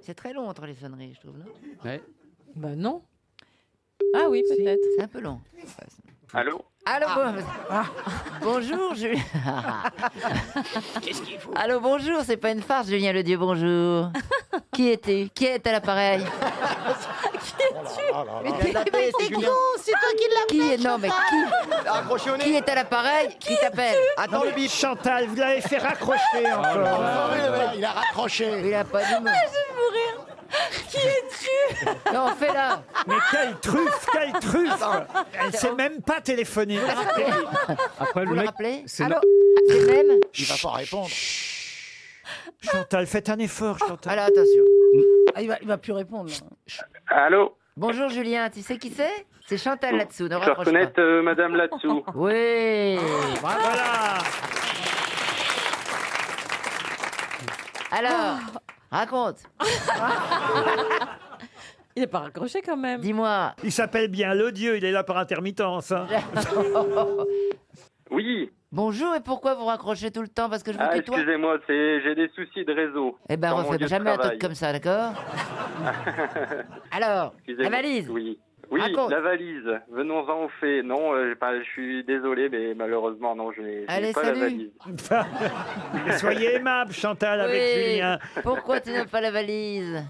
C'est très long entre les sonneries, je trouve, non Bah non. Ah oui, peut-être. C'est un peu long. Allô Allô, bon- bonjour, Julien. Qu'est-ce qu'il faut Allô, bonjour, c'est pas une farce, Julien Le Dieu, bonjour. Qui es-tu Qui est à l'appareil Mais t'es- mais t'es con, c'est toi qui l'as Qui est Non, mais qui Qui est à l'appareil Qui t'appelle Non, mais Chantal, vous Oh, l'avez fait raccrocher encore. il a raccroché. Il a pas dit mot. Je vais mourir. Qui es-tu Non, fais-la Mais quelle truffe, quelle truffe Attends. Elle sait même pas téléphoner. Vous le rappelez Après, Vous le rappelez c'est Allô no- C'est le même Il va pas répondre. Chantal, faites un effort, Chantal. Alors, attention. Ah, il, va, il va plus répondre. Allô Bonjour Julien, tu sais qui c'est C'est Chantal là-dessous, ne Je vais raccroche reconnaître euh, Madame [LAUGHS] Latsou. Oui Ah, bah Voilà pas. Alors, raconte Il n'est pas raccroché quand même. Dis-moi. Il s'appelle bien le Dieu, il est là par intermittence. [LAUGHS] hein. Oui. Bonjour, et pourquoi vous raccrochez tout le temps Parce que je vous Ah, tutoie excusez-moi, c'est j'ai des soucis de réseau. Eh ben, Dans mon lieu refais de jamais un truc travail. comme ça, d'accord [LAUGHS] Alors, Excusez-moi. la valise Oui. Oui, Raconte. la valise. Venons-en au fait. Non, euh, j'ai pas- je suis désolé, mais malheureusement, non, je n'ai je n'ai Allez, pas la salut valise. Mais [LAUGHS] Soyez aimable, Chantal, Oui. avec Ah, Julien. Pourquoi tu n'as pas la valise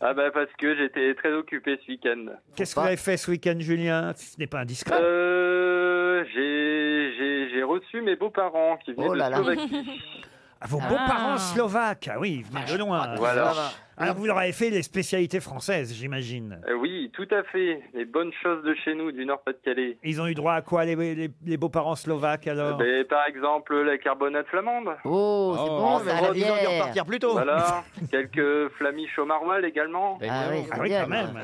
Ah bah parce que j'étais très occupé ce week-end. Qu'est-ce que vous avez fait ce week-end, Julien Ce n'est pas indiscret. Euh, j'ai- j'ai j'ai reçu mes beaux-parents qui venaient Oh là de là. Slovaquie. [LAUGHS] Ah, Vos beaux-parents slovaques, ah oui, ils venaient de loin. Voilà. Alors vous leur avez fait les spécialités françaises, j'imagine. Euh, oui, tout à fait. Les bonnes choses de chez nous, du Nord-Pas-de-Calais. Ils ont eu droit à quoi, les, les- les beaux-parents slovaques, alors Mais par exemple, la carbonate flamande. Oh, c'est Eh ben, Oh, bon, ça, la ils ont dû bière. repartir plus tôt. [LAUGHS] Ah Voilà. [LAUGHS] Quelques flamiches au maroilles également. Ah oui, Ah oui, quand même.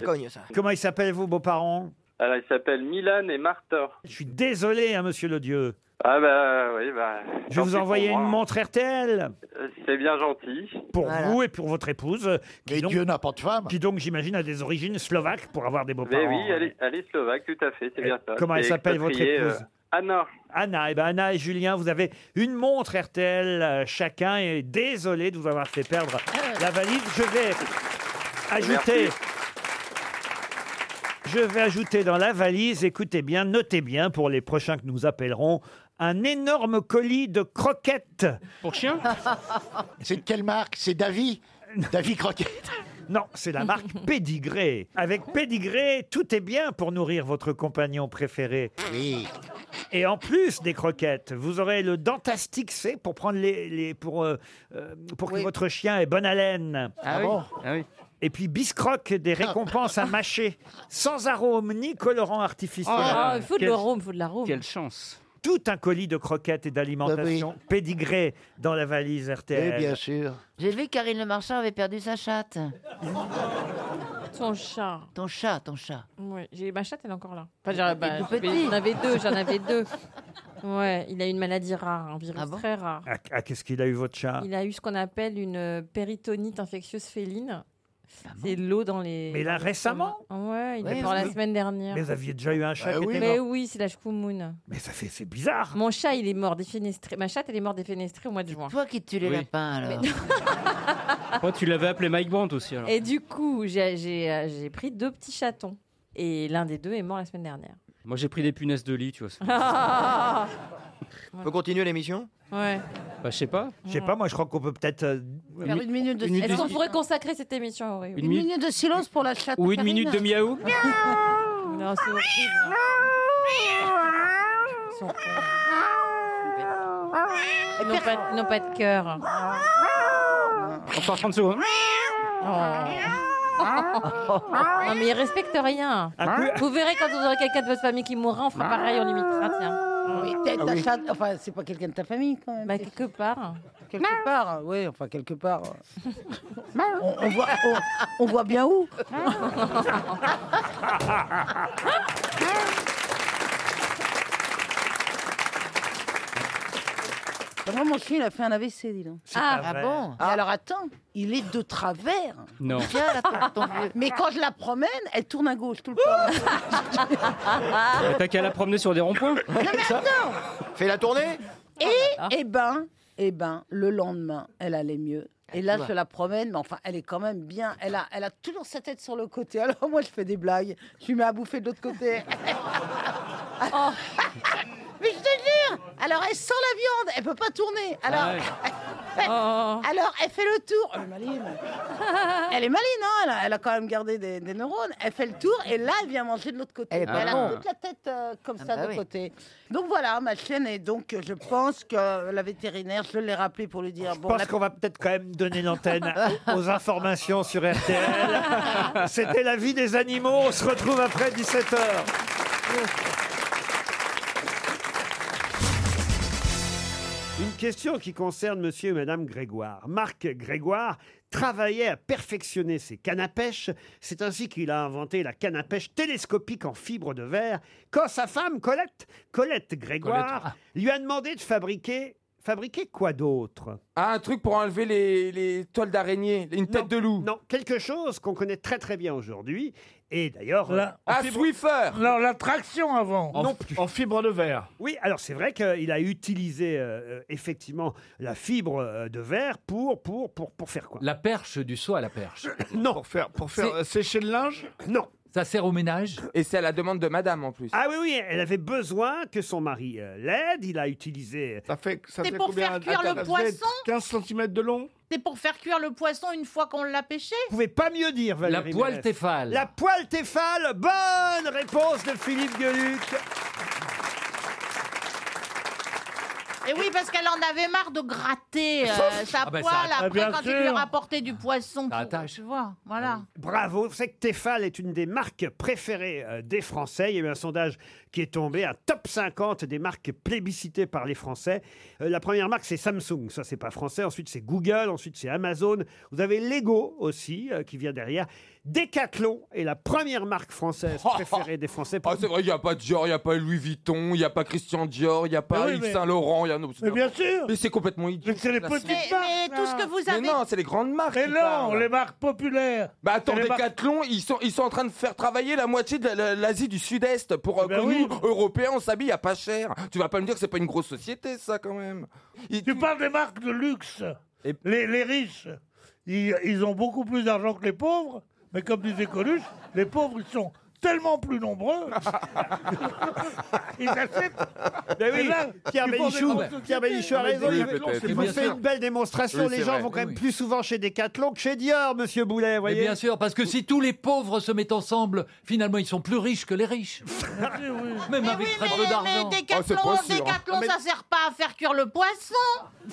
Comment ils s'appellent, vos beaux-parents Alors, ils s'appellent Milan et Martha. Je suis désolé, hein, monsieur Ledieu. Ah bah oui, bah... Je vais vous envoyer une montre RTL Euh, C'est bien gentil. pour vous et pour votre épouse. euh, Qui donc, Dieu n'a pas de femme. Qui donc, j'imagine, a des origines slovaques pour avoir Mais des beaux-parents. oui, elle est, elle est slovaque, tout à fait, c'est bien ça. Comment elle C'est s'appelle, votre expatriée, euh, épouse Anna. Anna, et ben Anna et Julien, vous avez une montre RTL euh, chacun et désolé de vous avoir fait perdre la valise. Je vais ajouter. Merci. Je vais ajouter dans la valise, écoutez bien, notez bien pour les prochains que nous appellerons, un énorme colis de croquettes. Pour chien [LAUGHS] C'est de quelle marque C'est Davy Davy Croquettes [LAUGHS] Non, c'est la marque Pédigré. Avec Pédigré, tout est bien pour nourrir votre compagnon préféré. Oui. Et en plus des croquettes, vous aurez le dentastic C pour prendre les, les pour euh, euh, pour que votre chien ait bonne haleine. Ah Ah oui. bon Et puis Biscroc, des récompenses à mâcher, sans arôme ni colorant artificiel. Ah, il faut de Quel- l'arôme, il faut de l'arôme. chance Tout un colis de croquettes et d'alimentation pédigré dans la valise RTL. Eh bien sûr. J'ai vu que Karine Le Marchand avait perdu sa chatte. Ton chat. Ton chat, ton chat. Oui, j'ai ma chatte, elle est encore là. Elle j'en- est tout bah, j'en avais- petit. J'en avais deux, j'en avais deux. Ouais, il a une maladie rare, un virus très rare. Ah, ah, qu'est-ce qu'il a eu votre chat Il a eu ce qu'on appelle une euh, péritonite infectieuse féline. C'est l'eau dans les. Mais là, récemment Ah Ouais, il Ouais, est mort la vous- semaine dernière. Mais vous aviez déjà eu un chat qui était Mais mort. Bah oui, c'est la choumoune. Mais ça fait c'est bizarre. Mon chat, il est mort défenestré. Ma chatte, elle est morte défenestrée au mois de juin. Toi qui tues les Oui. lapins, alors. [LAUGHS] Moi, tu l'avais appelé Mike Brandt aussi. Alors. Et du coup, j'ai- j'ai euh, j'ai pris deux petits chatons. Et l'un des deux est mort la semaine dernière. Moi, j'ai pris des punaises de lit, tu vois. [LAUGHS] c'est- Ah On peut continuer l'émission ouais. Bah, je sais pas. Je sais pas, moi je crois qu'on peut peut-être. euh, Faire une minute de Une minute Est-ce qu'on de- pourrait consacrer cette émission à Aurélie Une Une minute- de silence pour la chatte. Ou une minute de miaou Non, c'est horrible. hein. Ils sont cons. Ils n'ont pas, ils n'ont pas de cœur. Encore 30 secondes. Oh. Non, mais ils respectent rien. Ah, plus- Vous verrez quand vous aurez quelqu'un de votre famille qui mourra, on fera pareil, on limitera, Ah tiens. Oui, t'as- ta chatte- enfin, c'est pas quelqu'un de ta famille quand même. Bah, quelque part. Quelque part, oui, enfin, [LAUGHS] quelque part. on, on voit, on, on voit bien où. Ah [LAUGHS] Moi, mon chien, il a fait un AVC, dis donc. C'est Ah, pas vrai. bon Mais Alors attends, il est de travers. Non. Tiens, là, ton- ton vieux. Mais quand je la promène, elle tourne à gauche tout le [LAUGHS] temps. Ah, Ah. Euh, T'as qu'à la promener sur des ronds-points. Non, mais attends Fais la tournée Et, eh ben, eh ben, le lendemain, elle allait mieux. Et là, Ouais. je la promène, mais enfin, elle est quand même bien. Elle a, elle a toujours sa tête sur le côté. Alors, moi, je fais des blagues. Je lui mets à bouffer de l'autre côté. Ah. mais je te jure Alors, elle sent la viande. Elle peut pas tourner. Alors, Ah [LAUGHS] Alors, elle fait le tour. Elle est maline. Elle est maline, hein elle, a, elle a quand même gardé des, des neurones. Elle fait le tour et là, elle vient manger de l'autre côté. Elle est pas a con. toute la tête euh, comme Ah ça bah de oui. côté. Donc voilà, ma chienne. Et donc, euh, je pense que la vétérinaire, je l'ai rappelée pour lui dire. Je pense qu'on va peut-être quand même donner l'antenne aux informations sur RTL. C'était la vie des animaux. On se retrouve après 17h. Une question qui concerne monsieur et madame Grégoire. Marc Grégoire travaillait à perfectionner ses cannes à pêche. C'est ainsi qu'il a inventé la canne à pêche télescopique en fibre de verre quand sa femme Colette, Colette Grégoire, Colette, lui a demandé de fabriquer fabriquer quoi d'autre Ah, un truc pour enlever les, les toiles d'araignée, une tête de loup. Non, quelque chose qu'on connaît très très bien aujourd'hui. Et d'ailleurs. euh, La- en Ah, fibre- Swiffer Non, l'attraction avant. Non En fibre de verre. Oui, alors c'est vrai qu'il a utilisé euh, euh, effectivement la fibre euh, de verre pour, pour, pour, pour faire quoi La perche du seau à la perche. [COUGHS] Non. Pour faire, pour faire, euh, sécher le linge Non. Ça sert au ménage Et c'est à la demande de madame en plus. Ah oui, oui, elle avait besoin que son mari euh, l'aide. Il a utilisé. euh, Ça fait, C'est fait pour combien faire cuire Attends, le ça faisait poisson 15 cm de long C'est pour faire cuire le poisson une fois qu'on l'a pêché Vous pouvez pas mieux dire, Valérie. La poêle Mérès. Tefal. La poêle Tefal. Bonne réponse de Philippe Gueluc. Et oui, parce qu'elle en avait marre de gratter euh, sa Ah ben, ça poêle attache. après Bien quand il lui sûr. rapportait du poisson. Ça pour- attache. Ah Tu vois, voilà. Bravo, vous savez que Tefal est une des marques préférées euh, des Français. Il y a eu un sondage qui est tombé à top 50 des marques plébiscitées par les Français. Euh, la première marque, c'est Samsung, ça c'est pas français. Ensuite, c'est Google, ensuite c'est Amazon. Vous avez Lego aussi euh, qui vient derrière. Decathlon est la première marque française préférée des Français. Ah, c'est vrai, il n'y a pas Dior, il n'y a pas Louis Vuitton, il n'y a pas Christian Dior, il n'y a pas Ah oui, Yves mais- Saint Laurent, il y a. non, c'est- Mais bien sûr. Mais c'est complètement idiot. C'est les là, petites c'est- marques. mais tout ce que vous Mais avez- non, c'est les grandes marques. Mais qui non, parlent. les marques populaires. Bah attends, C'est les marques- Decathlon, ils sont, ils sont en train de faire travailler la moitié de la- la- l'Asie du Sud-Est Eh pour euh, ben que nous, Européens, on s'habille à pas cher. Tu vas pas me dire que c'est pas une grosse société, ça, quand même. Tu parles des marques de luxe. Les, les riches, ils, ils ont beaucoup plus d'argent que les pauvres. Mais comme disait Coluche, les pauvres, ils sont tellement plus [LAUGHS] nombreux. ils achètent. Ben oui, Et là, Pierre ils font des Bénichou, grosses sociétés. Pierre Bénichou a raison. il il vous fait une belle démonstration. Oui, les c'est gens vrai. vont quand Oui, même plus souvent chez Decathlon que chez Dior, Monsieur Boulet. Mais Voyez. bien sûr, parce que si tous les pauvres se mettent ensemble, finalement ils sont plus riches que les [LAUGHS] riches. Même avec très peu Eh, Mais d'argent. Ah, Décathlon, Oh, hein. Ah, Décathlon, ça sert pas à faire cuire le poisson [LAUGHS]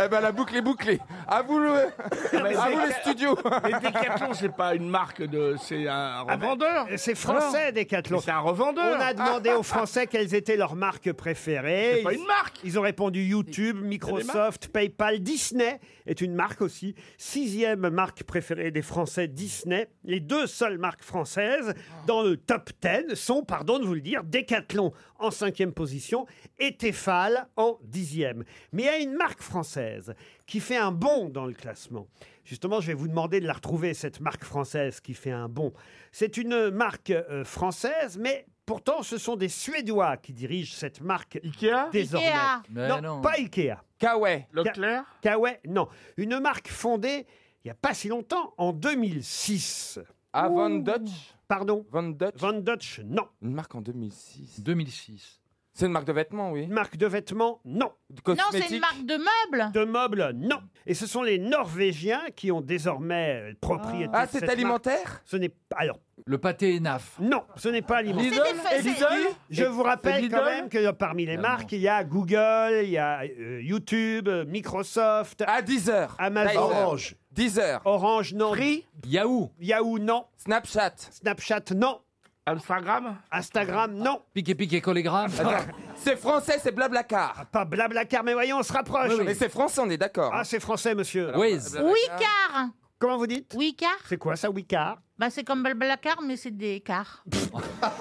eh ben la boucle est bouclée. À vous le, à vous les studios. Mais Decathlon, c'est pas une marque de. C'est un revendeur. Ah ben, C'est français, Decathlon. Mais C'est un revendeur. Ah. On a demandé aux Français quelles étaient leurs marques préférées. C'est pas Ils- une marque. Ils ont répondu YouTube, Microsoft, PayPal, Disney est une marque aussi. Sixième marque préférée des Français, Disney. Les deux seules marques françaises dans le top 10 sont, pardon de vous le dire, Decathlon en cinquième position et Tefal en dixième. Mais il y a une marque française qui fait un bond dans le classement. Justement, je vais vous demander de la retrouver, cette marque française qui fait un bond. C'est une marque euh, française, mais pourtant, ce sont des Suédois qui dirigent cette marque Ikea désormais. Ikea. Mais Non, non. pas Ikea. Kawaii. Leclerc Kawaii, non. Une marque fondée il n'y a pas si longtemps, en 2006. Ah, Van Dutch Pardon Van Dutch Van Dutch, non. Une marque en 2006. 2006. C'est une marque de vêtements, oui. Une marque de vêtements, non. Non, c'est une marque de meubles De meubles, non. Et ce sont les Norvégiens qui ont désormais euh, propriété. Ah, de c'est cette marque. alimentaire Ce n'est pas. Alors. Le pâté ENAF. Non, ce n'est pas alimentaire. Lidl C'est des- Et Lidl Je vous C'est rappelle quand Lidl même que parmi les Ah, marques, il y a Google, il y a euh, YouTube, euh, Microsoft. Ah, Deezer. Amazon. Deezer. Deezer. Orange, non. Yahoo. Yahoo, non. Snapchat. Snapchat, non. Instagram. Instagram, non. Piqué, piqué, collégramme. C'est français, c'est Blablacar. Ah, Pas Blablacar, mais voyons, on se rapproche. Mais c'est français, on est d'accord. hein. Ah, c'est français, monsieur. Waze. Wicard Comment vous dites Wicard C'est quoi ça, Wicard bah, C'est comme Blablacar, mais c'est des cars.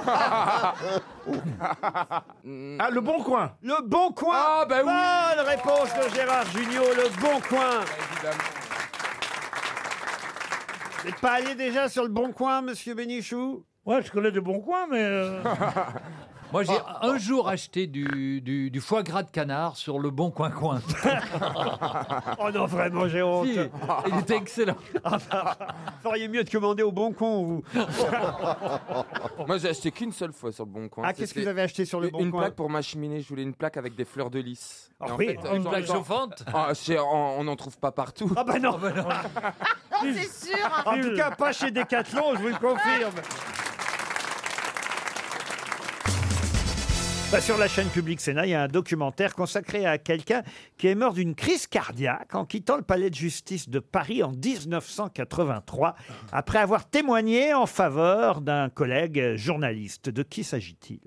Ah, le bon coin. Le bon coin. Ah, bah oui. Bonne réponse de Gérard Junior, le bon coin. Vous n'êtes pas allé déjà sur le bon coin, monsieur Bénichou Ouais, je connais des bons coins, mais. euh, Moi, j'ai Ah. un jour acheté du, du- du foie gras de canard sur le [LAUGHS] bon coin-coin. [LAUGHS] Oh non, vraiment, j'ai honte. Ah, bah, Si, il était excellent. Feriez mieux de commander au bon con, vous. [LAUGHS] Moi, j'ai acheté qu'une seule fois sur le Bon Coin. Ah, qu'est-ce que C'était vous avez acheté sur Le une- Bon Une Coin plaque pour ma cheminée. Je voulais une plaque avec des fleurs de lys. Ah Et en oui, fait, une j'en- plaque j'en- chauffante Ah, chez- on n'en trouve pas partout. Ah bah non, Ah, c'est sûr. En tout cas, pas chez Decathlon, je vous le confirme. Bah, sur la chaîne publique Sénat, il y a un documentaire consacré à quelqu'un qui est mort d'une crise cardiaque en quittant le palais de justice de Paris en 1983, après avoir témoigné en faveur d'un collègue journaliste. De qui s'agit-il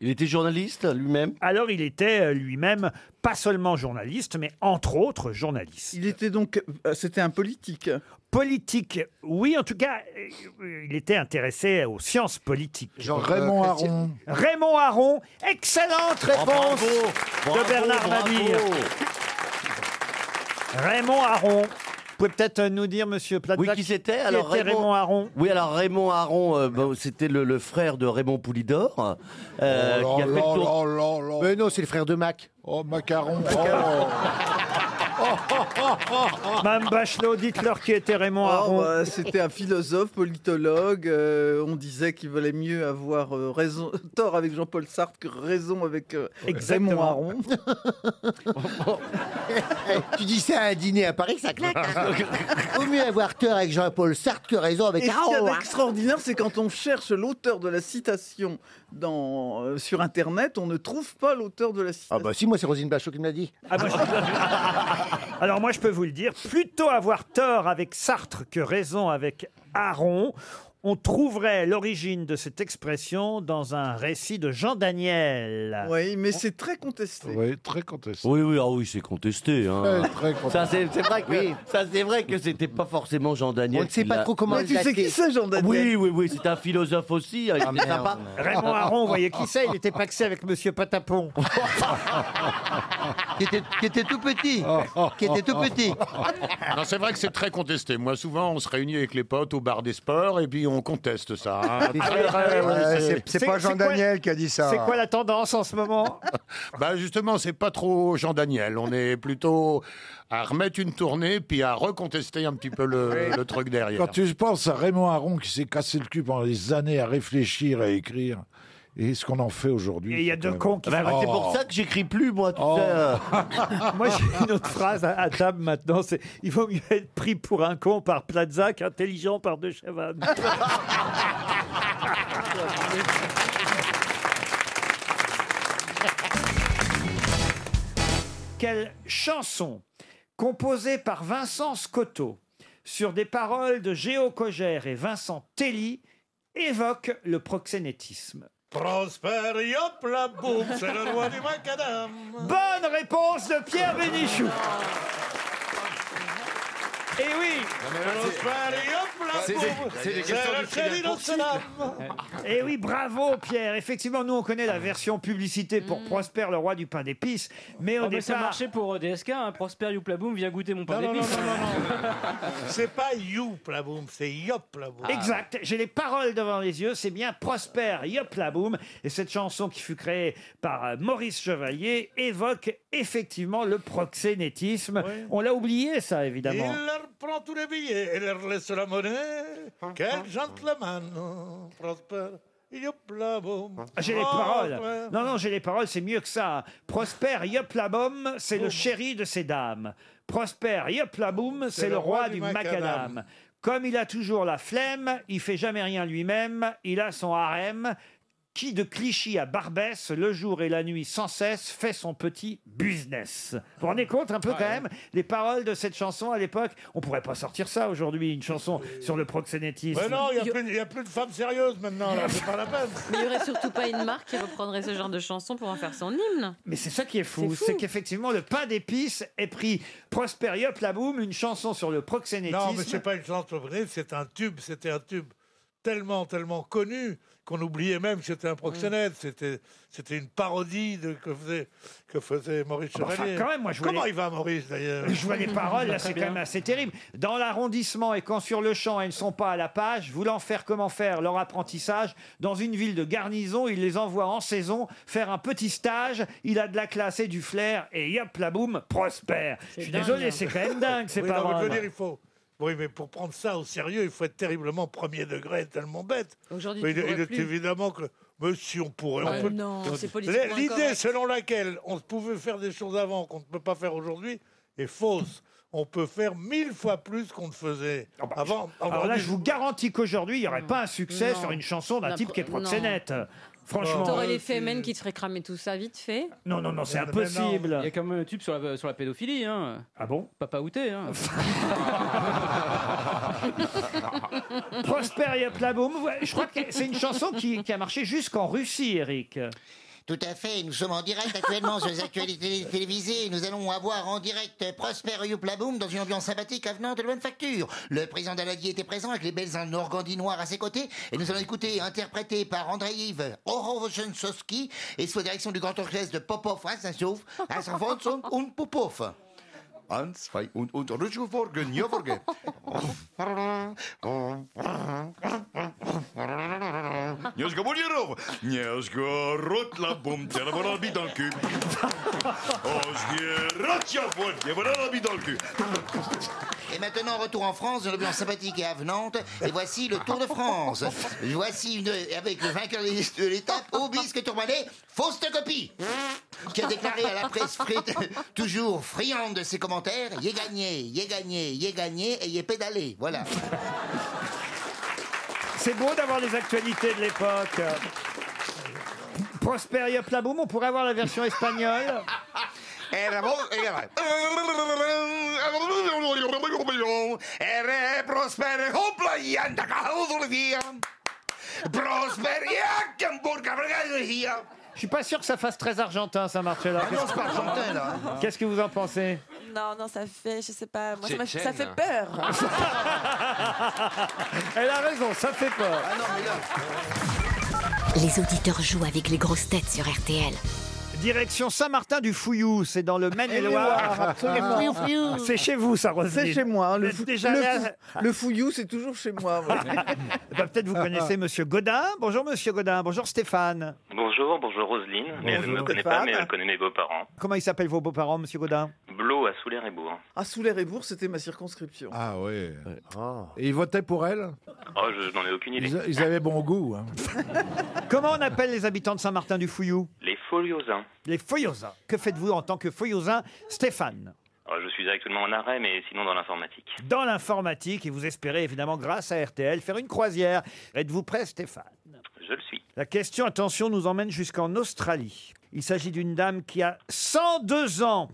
il était journaliste lui-même Alors il était euh, lui-même pas seulement journaliste, mais entre autres journaliste. Il était donc... euh, C'était un politique Politique, oui, en tout cas, euh, il était intéressé aux sciences politiques. Genre, Raymond euh, Aron. Raymond Aron, excellente Oh, réponse de Bernard Mabille. Raymond Aron. Vous pouvez peut-être euh, nous dire, monsieur Plaza, Oui, qui c'était alors était Raymond Aron Oui, alors Raymond Aron, euh, bon, c'était le, le frère de Raymond Poulidor. euh, Oh qui a fait le Oh tour- Mais non, c'est le frère de Mac. Oh, macaron. [LAUGHS] Mme Bachelot, dites-leur qui était Raymond Aron. Oh, bah, C'était un philosophe, politologue. euh, on disait qu'il valait mieux avoir euh, raison, [LAUGHS] tort avec Jean-Paul Sartre que raison avec euh, Raymond Exactement. [LAUGHS] Aron. Eh, tu dis ça à un dîner à Paris, ça claque. Vaut mieux avoir tort avec Jean-Paul Sartre que raison avec Et ce qu'il y Aron. avait hein. d'extraordinaire, c'est quand on cherche l'auteur de la citation dans, euh, sur Internet, on ne trouve pas l'auteur de la citation. Ah bah si, moi c'est Rosine Bachot qui me l'a dit. Alors moi, Ah, je [LAUGHS] peux vous le dire, plutôt avoir tort avec Sartre que raison avec Aron, on trouverait l'origine de cette expression dans un récit de Jean Daniel. Oui, mais c'est très [LAUGHS] contesté. Oui, très contesté. Oui, oui, ah oui, c'est contesté. hein. Très, très contesté. Ça, c'est c'est vrai que Oui. ça, c'est vrai que c'était pas forcément Jean Daniel. On ne sait qui pas l'a- trop comment Mais le tu sais dater. qui c'est, Jean Daniel Oui, oui, oui, c'est un philosophe aussi. hein, Ah, il était Ah, merde. sympa. Ah, Raymond Aron, vous voyez qui c'est Il était paxé avec Monsieur Patapon. qui, était, qui était tout petit. Qui était tout petit. Non, c'est vrai que c'est très contesté. Moi, souvent, on se réunit avec les potes au bar des sports et puis on conteste ça. [LAUGHS] hein. C'est Très, vrai, très, ouais, Ah, ouais, c'est- c'est quoi- qui a dit C'est quoi la tendance en ce moment Bah justement, c'est pas trop Jean Daniel. On est plutôt à remettre une tournée puis à recontester un petit peu le, le truc derrière. Quand tu penses à Raymond Aron qui s'est cassé le cul pendant des années à réfléchir, à écrire, et ce qu'on en fait aujourd'hui. Et il y a c'est deux quand même- cons qui Bah, Ah font- C'est Oh. pour ça que j'écris plus, moi, tu Oh. sais, euh. Moi, j'ai une autre phrase à, à table maintenant. C'est il vaut mieux être pris pour un con par Plaza qu'intelligent par De Chavannes. Quelle chanson composée par Vincent Scotto sur des paroles de Géo Cogère et Vincent Telly évoque le proxénétisme Prosper, yop, la boum, Oh, c'est le roi du macadam. Bonne réponse de Pierre Bénichou. Eh oui Prosper, yop, la C'est des- boum, c'est des questions c'est du le chéri Trident d'Amsterdam. Eh oui, bravo Pierre. Effectivement, nous on connaît la version publicité pour Prosper, le roi du pain d'épices, mais au Oh, mais ça départ- marchait pour euh, DSK, hein, Prosper Youplaboum vient goûter mon pain Non, non, d'épices. non, non, [LAUGHS] C'est pas you, la boum, c'est yop, la boum. Exact, j'ai les paroles devant les yeux, c'est bien Prosper, yop la boum. Et cette chanson qui fut créée par euh, Maurice Chevalier évoque effectivement le proxénétisme. On l'a oublié ça évidemment. Il leur prend tous les billets et leur laisse la monnaie. Ah, Quel gentleman, Prosper. Yop, la boum. Ah, J'ai les Prosper. paroles. Non, non, j'ai les paroles, c'est mieux que ça. Prosper Yoplaboum, c'est le chéri de ces dames. Prosper Yoplaboum, c'est le roi du macadam. Comme il a toujours la flemme, il fait jamais rien lui-même, il a son harem. Qui de Clichy à Barbès, le jour et la nuit sans cesse, fait son petit business. Vous vous rendez compte un peu quand même Les paroles de cette chanson à l'époque, on pourrait pas sortir ça aujourd'hui, une chanson sur le proxénétisme. Mais non, il n'y a, plus de femmes sérieuses maintenant, là, c'est pas la peine. Mais il n'y aurait surtout pas une marque qui reprendrait ce genre de chanson pour en faire son hymne. Mais c'est ça qui est fou, C'est fou. c'est qu'effectivement le pain d'épices est pris Prosper Yop la boum, une chanson sur le proxénétisme. Non, mais c'est pas une chanson vraie, c'est un tube, c'était un tube. tellement, tellement connu qu'on oubliait même que c'était un proxénète. Mm. C'était, c'était une parodie de, que, faisait, que faisait Maurice Bah, enfin, Chevalier. quand même, moi, je Comment voulais- il va, Maurice, d'ailleurs Je vois les paroles, [LAUGHS] là, c'est quand même assez terrible. Dans l'arrondissement et quand sur le champ, elles ne sont pas à la page, voulant faire comment faire leur apprentissage, dans une ville de garnison, il les envoie en saison faire un petit stage. Il a de la classe et du flair, et yop, la boum, prospère. Je suis hein. désolé, c'est quand même dingue, c'est Oui, pas non, mais je veux vrai. dire, il faut. Oui, mais pour prendre ça au sérieux, il faut être terriblement premier degré, tellement bête. Aujourd'hui, Mais tu il, pourrais il est plus. évidemment que. Mais si on pourrait. Ouais. on peut- Non, c'est politiquement L'idée incorrect. selon laquelle on pouvait faire des choses avant qu'on ne peut pas faire aujourd'hui est fausse. On peut faire mille fois plus qu'on ne faisait avant. Alors là, Ah bah, je vous garantis qu'aujourd'hui, il n'y aurait pas un succès Non. sur une chanson d'un Non, type qui est pro- non. proxénète. Franchement. euh, T'aurais les FMN qui te feraient cramer tout ça vite fait. Non, non, non, c'est impossible. Il y a quand même un tube sur la, sur la pédophilie. Hein. Ah bon Papa outé. Hein. Prosper Yaplaboum, je crois que c'est une chanson qui, qui a marché jusqu'en Russie, Eric. Tout à fait, nous sommes en direct actuellement sur les actualités télévisées. Nous allons avoir en direct Prosper Youplaboum dans une ambiance sympathique avenant de la bonne facture. Le président d'Aladi était présent avec les belles organdis noirs à ses côtés et nous allons écouter, interprété par Andrei-Yves Oroshensoski et sous la direction du grand orchestre de Popov Rastasov, Rastasov und Popov. Hans, zwei und, und Rutschgevorgen, Jorgen. Oh, Нежгомониров, Нежгород лабум, t'es la bonne habille dans le cul. Osgirot, y'a bonne, y'a bonne habille dans le cul. Et maintenant, retour en France, dans l'ambiance sympathique et avenante. Et voici le Tour de France. Voici une, avec le vainqueur de l'étape, Obisque Tourmalet, Fauste Copie, qui a déclaré à la presse, fri- toujours friande de ses commentaires, « Yé gagné, yé gagné, yé gagné et yé pédalé ». Voilà. [LAUGHS] C'est beau d'avoir les actualités de l'époque. Prosper Yaplaboum, on pourrait avoir la version espagnole. Ere prosper, hopla, yanda, kaoudre, via. Prosper, yakem, burka, brega, via. Je suis pas sûr que ça fasse très argentin, ça Marcella. Ah non, c'est pas argentin, là, hein. Qu'est-ce que vous en pensez Non, non, ça fait, je sais pas, moi, ça, m'a- ça Tchétchène. fait [LAUGHS] peur. Elle a raison, ça fait peur. Les auditeurs jouent avec les grosses têtes sur RTL. Direction Saint-Martin du Fouillou, c'est dans le Maine-et-Loire. Maine-et-Loire, absolument. Fouillou, fouillou. C'est chez vous, ça Roselyne. C'est chez moi. hein, Vous le, êtes fou- déjà le allé fou- à- le fouillou, c'est toujours chez moi. ouais. [LAUGHS] Bah, Peut-être vous connaissez Monsieur Godin. Bonjour Monsieur Godin. Bonjour Stéphane. Bonjour, bonjour Roselyne. mais elle ne me Bonjour, connaît pas, Stéphane. mais elle connaît mes beaux-parents. Comment ils s'appellent vos beaux-parents, Monsieur Godin Blo à Soulaire et hein. Bourg. Ah, sous les rébours, c'était ma circonscription. Ah oui. Ah. Et ils votaient pour elle Oh, je n'en ai aucune idée. ils, a- ils avaient bon goût. hein. [LAUGHS] Comment on appelle les habitants de Saint-Martin-du-Fouillou Les hein. Foliosins. Les Foyosins. Que faites-vous en tant que Foyosin, Stéphane Oh, Alors, je suis actuellement en arrêt, mais sinon dans l'informatique. Dans l'informatique, et vous espérez évidemment, grâce à RTL, faire une croisière. Êtes-vous prêt, Stéphane Je le suis. La question, attention, nous emmène jusqu'en Australie. Il s'agit d'une dame qui a 102 ans.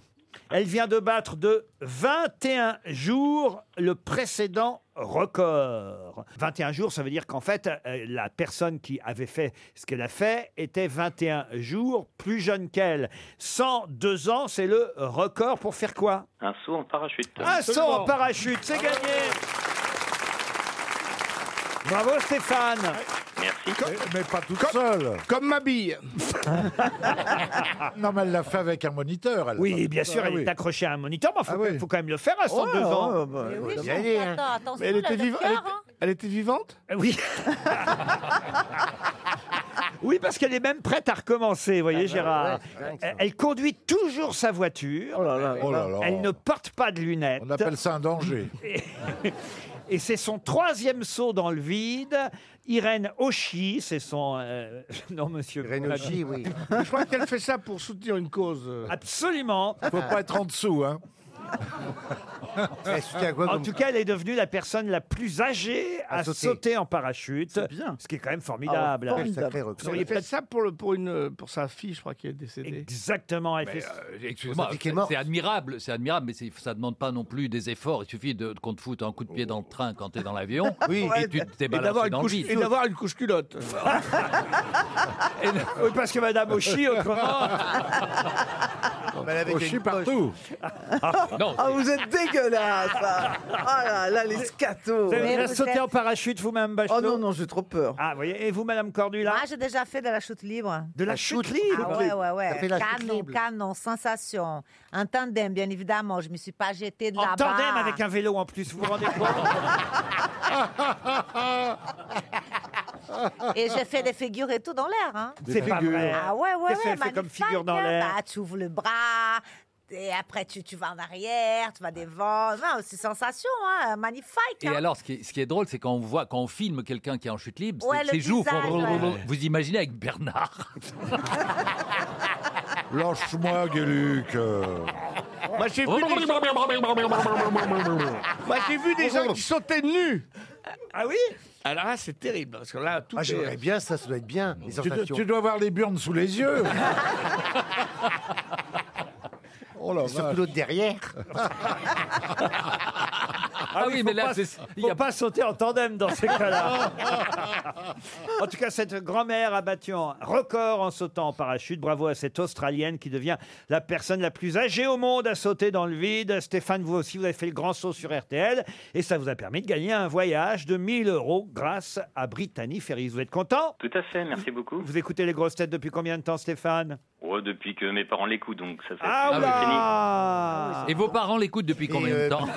Elle vient de battre de 21 jours le précédent record. 21 jours, ça veut dire qu'en fait, euh, la personne qui avait fait ce qu'elle a fait était 21 jours plus jeune qu'elle. 102 ans, c'est le record pour faire quoi Un saut en parachute. Un saut en parachute, c'est gagné Bravo Stéphane Merci. Mais, mais pas toute seule. Comme [LAUGHS] ma bille. non, mais elle l'a fait avec un moniteur. elle. Oui, bien sûr, Ah elle oui. Ah est accrochée à un moniteur, mais il faut, faut quand même le faire à 102 Ouais, ans. ouais, bah, Mais oui, Bien surtout, dit, attends, hein. attention, Mais elle la était viva- docteur, elle était- hein. vivante Oui. [LAUGHS] oui, parce qu'elle est même prête à recommencer, vous voyez, ouais, Gérard. Ah, bah, ouais, c'est dingue, ça. elle, elle conduit toujours sa voiture. Oh là là. Elle ne porte pas de lunettes. On appelle ça un danger. [LAUGHS] Et c'est son troisième saut dans le vide. Irène Ochi, c'est son... euh, [LAUGHS] Non, monsieur. Irène Ochi, oui. Je crois qu'elle fait ça pour soutenir une cause. Absolument. Euh. Faut pas être en dessous, hein. En tout cas, elle est devenue la personne la plus âgée à, À sauter. sauter. en parachute. Ce qui est quand même formidable. Ah, formidable. Vous Vous auriez auriez fait peut-être- ça pour, le, pour, une, pour sa fille, je crois, qui est décédée. Exactement. elle fait- Excuse-moi, euh, c'est- c'est admirable, c'est admirable, mais c'est- ça demande pas non plus des efforts. Il suffit de qu'on te foute un coup de pied dans le train quand t'es [LAUGHS] dans l'avion, Oui. et tu t'es Et d'avoir balancé une dans le couche- vide. et d'avoir une couche culotte. [LAUGHS] Oui, parce que Madame Ochi, autrement. mais elle avait Oh, je une suis poche. partout. Ah, vous êtes dégueulasse ah. Ah là là, les scatos Vous avez déjà sauté en parachute vous-même, Bachelot Oh non, non, j'ai trop peur. Ah, vous voyez. Et vous, Madame Cordula Moi, j'ai déjà fait de la chute libre. De la chute libre Ah ouais, ouais, T'as fait ouais. la chute Canon, libre. canon, sensation. En tandem, bien évidemment. Je ne me suis pas jetée de En là-bas. tandem avec un vélo en plus, vous vous rendez Ah compte [LAUGHS] Et j'ai fait des figures et tout dans l'air. Hein. Des C'est pas figures. vrai. Ah ouais, ouais, Qu'est-ce ouais. qu'elle fait comme magnifique, figure dans hein. l'air Bah, Tu ouvres le bras, et après tu, tu vas en arrière, tu vas devant. Non, c'est sensation, hein. magnifique. Et hein. alors, ce qui est, ce qui est drôle, c'est quand on voit, quand on filme quelqu'un qui est en chute libre, Ouais, c'est- le ses joues font- visage, ouais. Vous imaginez avec Bernard Lâche-moi, Gueluc. euh. Moi, j'ai vu des Moi, j'ai vu des gens qui sautaient nus. Ah oui Alors là, c'est terrible, parce que là, tout Ah, est... j'aimerais bien, ça, ça doit être bien. Les Tu, dois- sensations. tu dois avoir les burnes sous les [LAUGHS] yeux. oh la Et surtout vache. l'autre derrière. Ah oui, mais là, il n'y a pas sauter en tandem dans ces [LAUGHS] cas-là. en tout cas, cette grand-mère a battu un record en sautant en parachute. Bravo à cette Australienne qui devient la personne la plus âgée au monde à sauter dans le vide. Stéphane, vous aussi, vous avez fait le grand saut sur RTL et ça vous a permis de gagner un voyage de 1000 euros grâce à Brittany Ferries. Vous êtes content Tout à fait, merci beaucoup. Vous écoutez les grosses têtes depuis combien de temps, Stéphane Ouais, depuis que mes parents l'écoutent, donc ça fait. Ah oula Et vos parents l'écoutent depuis combien de temps